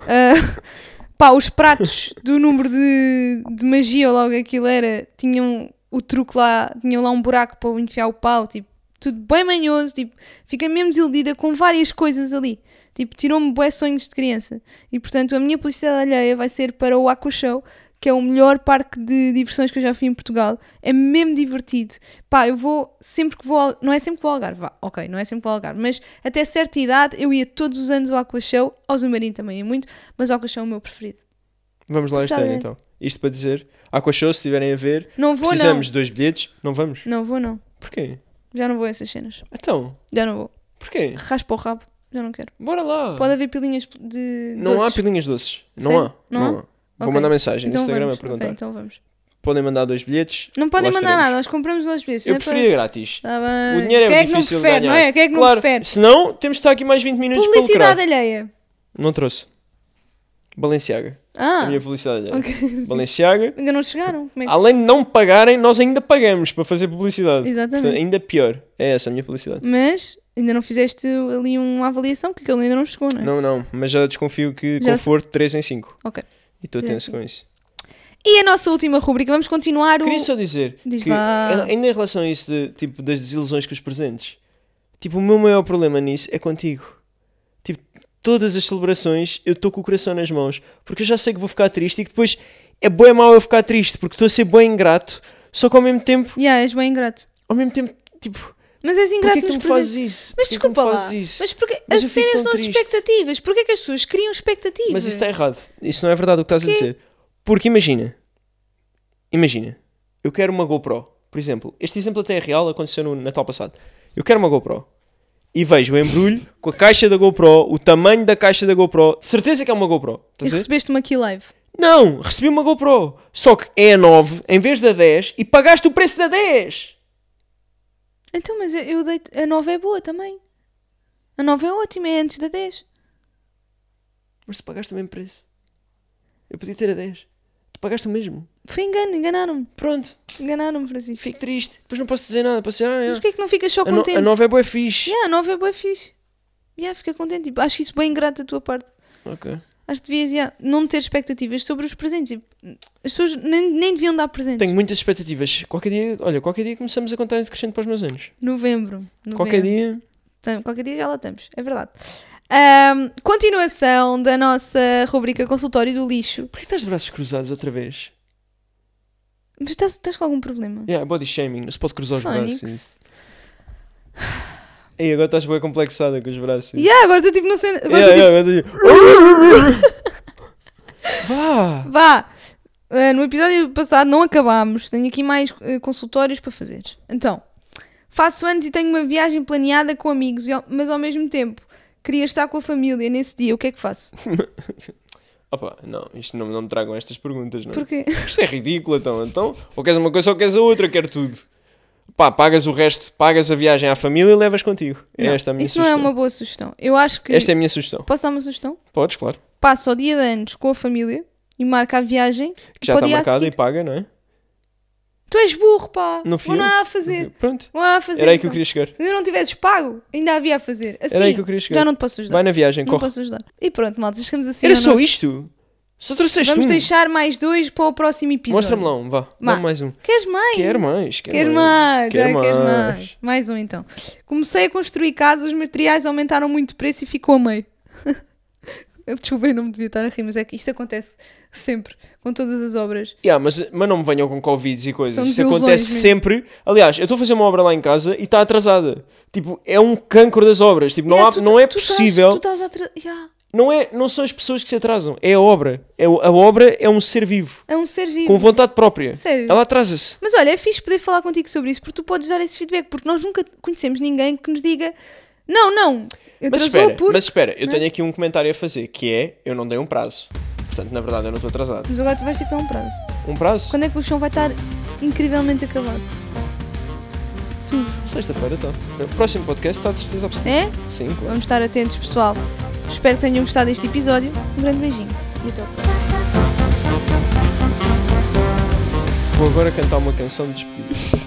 [SPEAKER 2] Ah, [LAUGHS] pá, os pratos do número de, de magia, ou logo aquilo era, tinham o truque lá, tinham lá um buraco para enfiar o pau. Tipo, tudo bem manhoso. Tipo, fiquei mesmo desiludida com várias coisas ali. Tipo, tirou-me bué sonhos de criança. E portanto, a minha publicidade alheia vai ser para o Aqua Show, que é o melhor parque de diversões que eu já fui em Portugal. É mesmo divertido. Pá, eu vou sempre que vou. ao- Não é sempre que vou ao Algarve, vá, ok, não é sempre que vou ao Algarve, mas até certa idade eu ia todos os anos ao Aqua Show, ao Zumarinho também ia muito, mas ao Aqua Show é o meu preferido.
[SPEAKER 1] Vamos lá este
[SPEAKER 2] Sabe.
[SPEAKER 1] ano então. Isto para dizer, Aqua Show, se estiverem a ver,
[SPEAKER 2] Não vou,
[SPEAKER 1] precisamos de dois bilhetes, não vamos.
[SPEAKER 2] não. Não vou, não.
[SPEAKER 1] Porquê?
[SPEAKER 2] Já não vou a essas cenas.
[SPEAKER 1] Então,
[SPEAKER 2] Já não vou.
[SPEAKER 1] porquê?
[SPEAKER 2] Raspa o rabo. Já não quero.
[SPEAKER 1] Bora lá.
[SPEAKER 2] Pode haver pilinhas de.
[SPEAKER 1] Não há
[SPEAKER 2] doces.
[SPEAKER 1] pilinhas doces. Não
[SPEAKER 2] Sério?
[SPEAKER 1] há.
[SPEAKER 2] Não há?
[SPEAKER 1] Vou
[SPEAKER 2] Ok.
[SPEAKER 1] mandar mensagem
[SPEAKER 2] Então
[SPEAKER 1] no Instagram
[SPEAKER 2] vamos.
[SPEAKER 1] a perguntar.
[SPEAKER 2] Ok, então vamos.
[SPEAKER 1] Podem mandar dois bilhetes.
[SPEAKER 2] Não podem
[SPEAKER 1] lá
[SPEAKER 2] mandar
[SPEAKER 1] estaremos.
[SPEAKER 2] nada, nós compramos duas vezes.
[SPEAKER 1] Eu
[SPEAKER 2] não é para-
[SPEAKER 1] preferia grátis.
[SPEAKER 2] Tá bem.
[SPEAKER 1] O dinheiro é,
[SPEAKER 2] Quem é que não
[SPEAKER 1] difícil
[SPEAKER 2] prefere,
[SPEAKER 1] de ganhar.
[SPEAKER 2] não é? Quem é que não
[SPEAKER 1] claro.
[SPEAKER 2] prefere?
[SPEAKER 1] Senão, temos de estar aqui mais 20 minutos para lucrar.
[SPEAKER 2] Publicidade alheia.
[SPEAKER 1] Não trouxe. Balenciaga.
[SPEAKER 2] Ah,
[SPEAKER 1] A minha publicidade. é.
[SPEAKER 2] ok. [LAUGHS]
[SPEAKER 1] Balenciaga.
[SPEAKER 2] ainda não chegaram. Como é que-
[SPEAKER 1] Além de não pagarem, nós ainda pagamos para fazer publicidade.
[SPEAKER 2] Exatamente.
[SPEAKER 1] Portanto, ainda pior. É essa a minha publicidade.
[SPEAKER 2] Mas ainda não fizeste ali uma avaliação, porque aquele ainda não chegou, não é?
[SPEAKER 1] Não, não, mas já desconfio que
[SPEAKER 2] Já
[SPEAKER 1] conforto 3 em 5.
[SPEAKER 2] Ok.
[SPEAKER 1] E estou
[SPEAKER 2] Três em
[SPEAKER 1] tenso com isso.
[SPEAKER 2] E a nossa última rubrica, vamos continuar o.
[SPEAKER 1] Queria só dizer
[SPEAKER 2] Diz
[SPEAKER 1] que,
[SPEAKER 2] lá.
[SPEAKER 1] ainda em relação a isso de, tipo, das desilusões com os presentes, tipo, o meu maior problema nisso é contigo. Tipo, todas as celebrações eu estou com o coração nas mãos, porque eu já sei que vou ficar triste e que depois é bem mau eu ficar triste, porque estou a ser bem ingrato, só que ao mesmo tempo,
[SPEAKER 2] Yeah, és bem ingrato.
[SPEAKER 1] ao mesmo tempo, tipo,
[SPEAKER 2] Mas és
[SPEAKER 1] porquê
[SPEAKER 2] ingrato
[SPEAKER 1] é que tu
[SPEAKER 2] nos
[SPEAKER 1] me
[SPEAKER 2] presentes.
[SPEAKER 1] fazes isso?
[SPEAKER 2] Mas
[SPEAKER 1] Porquê é que tu me
[SPEAKER 2] desculpa lá.
[SPEAKER 1] fazes isso?
[SPEAKER 2] Mas porque
[SPEAKER 1] Mas eu
[SPEAKER 2] as
[SPEAKER 1] fico
[SPEAKER 2] cenas
[SPEAKER 1] tão
[SPEAKER 2] são as
[SPEAKER 1] triste.
[SPEAKER 2] expectativas. Porquê é que as pessoas criam expectativas?
[SPEAKER 1] Mas isso está errado. Isso não é verdade o que estás a dizer. Porque imagina. Imagina. Eu quero uma GoPro. Por exemplo. Este exemplo até é real. Aconteceu no Natal passado. Eu quero uma GoPro. E vejo o embrulho com a caixa da GoPro. O tamanho da caixa da GoPro. de Certeza que é uma GoPro.
[SPEAKER 2] E
[SPEAKER 1] Estás a ver?
[SPEAKER 2] recebeste uma key live.
[SPEAKER 1] Não. Recebi uma GoPro. Só que é a 9 em vez da 10. E pagaste o preço da 10.
[SPEAKER 2] Então, mas eu- eu dei A nova é boa também. A nova é ótima, é antes da 10.
[SPEAKER 1] Mas tu pagaste o mesmo preço. Eu podia ter a 10. Tu pagaste o mesmo.
[SPEAKER 2] Foi engano, enganaram-me.
[SPEAKER 1] Pronto.
[SPEAKER 2] Enganaram-me, Francisco.
[SPEAKER 1] Fico triste. Depois não posso dizer nada. Posso dizer, ah, é.
[SPEAKER 2] Mas porquê é que não ficas só
[SPEAKER 1] A, no,
[SPEAKER 2] contente?
[SPEAKER 1] a 9 é boa fixe.
[SPEAKER 2] Yeah, a nova é bem fixe. Yeah, fica contente. Tipo, acho isso bem ingrato da tua parte.
[SPEAKER 1] Ok.
[SPEAKER 2] Acho que devias yeah, não ter expectativas sobre os presentes. Tipo, As pessoas nem, nem deviam dar presentes.
[SPEAKER 1] Tenho muitas expectativas. Qualquer dia, olha, qualquer dia começamos a contar crescendo para os meus anos.
[SPEAKER 2] Novembro. novembro.
[SPEAKER 1] Qualquer dia.
[SPEAKER 2] Tam- qualquer dia já lá estamos. É verdade. Ahm, continuação da nossa rubrica consultório do lixo.
[SPEAKER 1] Porquê estás de braços cruzados outra vez?
[SPEAKER 2] Mas estás, estás com algum problema?
[SPEAKER 1] Yeah, body shaming, não se pode cruzar os braços.
[SPEAKER 2] Phonics.
[SPEAKER 1] E agora estás bem complexada com os braços.
[SPEAKER 2] Yeah, agora estou tipo, não sei. Agora estou
[SPEAKER 1] Yeah,
[SPEAKER 2] tipo,
[SPEAKER 1] yeah, agora estou
[SPEAKER 2] [LAUGHS]
[SPEAKER 1] tipo- Vá!
[SPEAKER 2] Vá! Eh, no episódio passado não acabámos. Tenho aqui mais eh, consultórios para fazer. Então, faço anos e tenho uma viagem planeada com amigos, e ao- mas ao mesmo tempo queria estar com a família nesse dia. O que é que
[SPEAKER 1] [LAUGHS]
[SPEAKER 2] faço?
[SPEAKER 1] Opa, não, isto não, não me tragam estas perguntas, não é?
[SPEAKER 2] Porquê?
[SPEAKER 1] Isto é ridículo, então. então. Ou queres uma coisa ou queres a outra, quero tudo. Pá, pagas o resto, pagas a viagem à família e levas contigo. É
[SPEAKER 2] Não,
[SPEAKER 1] esta a
[SPEAKER 2] [LAUGHS]
[SPEAKER 1] minha
[SPEAKER 2] isso não é
[SPEAKER 1] sugestão.
[SPEAKER 2] uma boa sugestão. Eu acho que.
[SPEAKER 1] Esta é a minha sugestão.
[SPEAKER 2] Posso dar uma sugestão?
[SPEAKER 1] Podes, claro.
[SPEAKER 2] Passo o dia de anos com a família e marca a viagem.
[SPEAKER 1] Que já
[SPEAKER 2] para o
[SPEAKER 1] está
[SPEAKER 2] dia a
[SPEAKER 1] marcada e
[SPEAKER 2] seguir.
[SPEAKER 1] paga, não é?
[SPEAKER 2] Tu és burro, pá!
[SPEAKER 1] Não fui
[SPEAKER 2] Não
[SPEAKER 1] eu.
[SPEAKER 2] há nada a fazer.
[SPEAKER 1] Pronto.
[SPEAKER 2] Não há nada a fazer.
[SPEAKER 1] Era aí que eu
[SPEAKER 2] então.
[SPEAKER 1] queria chegar.
[SPEAKER 2] Se ainda não tivesses pago, ainda havia a fazer. Assim,
[SPEAKER 1] aí que eu queria chegar.
[SPEAKER 2] já não te posso ajudar.
[SPEAKER 1] Vai na viagem,
[SPEAKER 2] Não
[SPEAKER 1] corre.
[SPEAKER 2] posso ajudar. E pronto, malta, chegamos assim.
[SPEAKER 1] Era
[SPEAKER 2] ao
[SPEAKER 1] só
[SPEAKER 2] nosso-
[SPEAKER 1] isto? Só trouxeste
[SPEAKER 2] Vamos
[SPEAKER 1] um?
[SPEAKER 2] deixar mais dois para o próximo episódio.
[SPEAKER 1] Mostra-me lá um, vá.
[SPEAKER 2] Má.
[SPEAKER 1] Dá-me mais um.
[SPEAKER 2] Queres mais?
[SPEAKER 1] Quero mais, quero
[SPEAKER 2] Queres
[SPEAKER 1] mais.
[SPEAKER 2] mais?
[SPEAKER 1] Quero
[SPEAKER 2] já queres
[SPEAKER 1] mais.
[SPEAKER 2] mais. Mais um então. Comecei a construir casa, os materiais aumentaram muito de preço e ficou a meio. [LAUGHS] Eu, Desculpa, eu não me devia estar a rir, mas é que isto acontece sempre, com todas as obras.
[SPEAKER 1] Yeah, mas, mas não me venham com Covid e coisas.
[SPEAKER 2] São
[SPEAKER 1] Isso
[SPEAKER 2] desilusões
[SPEAKER 1] acontece
[SPEAKER 2] mesmo.
[SPEAKER 1] sempre. Aliás, eu estou a fazer uma obra lá em casa e está atrasada. Tipo, é um cancro das obras. Tipo, não,
[SPEAKER 2] Yeah,
[SPEAKER 1] há-
[SPEAKER 2] tu- tá-
[SPEAKER 1] não é
[SPEAKER 2] tu estás-
[SPEAKER 1] possível.
[SPEAKER 2] tu estás a tra- yeah.
[SPEAKER 1] Não, é, não são as pessoas que se atrasam. É a obra. É, o- a obra é um ser vivo.
[SPEAKER 2] É um ser vivo.
[SPEAKER 1] Com vontade própria.
[SPEAKER 2] Sério?
[SPEAKER 1] Ela atrasa-se.
[SPEAKER 2] Mas olha, é fixe poder falar contigo sobre isso, porque tu podes dar esse feedback, porque nós nunca conhecemos ninguém que nos diga não, não,
[SPEAKER 1] Mas
[SPEAKER 2] atrasou né?
[SPEAKER 1] espera,
[SPEAKER 2] por...
[SPEAKER 1] mas espera, eu
[SPEAKER 2] Não?
[SPEAKER 1] tenho aqui um comentário a fazer, que é, eu não dei um prazo. Portanto, na verdade, eu não estou atrasado.
[SPEAKER 2] Mas agora tu vais ter que dar um prazo.
[SPEAKER 1] Um prazo?
[SPEAKER 2] Quando é que o chão vai estar incrivelmente acabado? Tudo.
[SPEAKER 1] Sexta-feira, então. O próximo podcast está de certeza absoluta.
[SPEAKER 2] É?
[SPEAKER 1] Sim, claro.
[SPEAKER 2] Vamos estar atentos, pessoal. Espero que tenham gostado deste episódio. Um grande beijinho. E até ao próximo.
[SPEAKER 1] Vou agora cantar uma canção de despedida.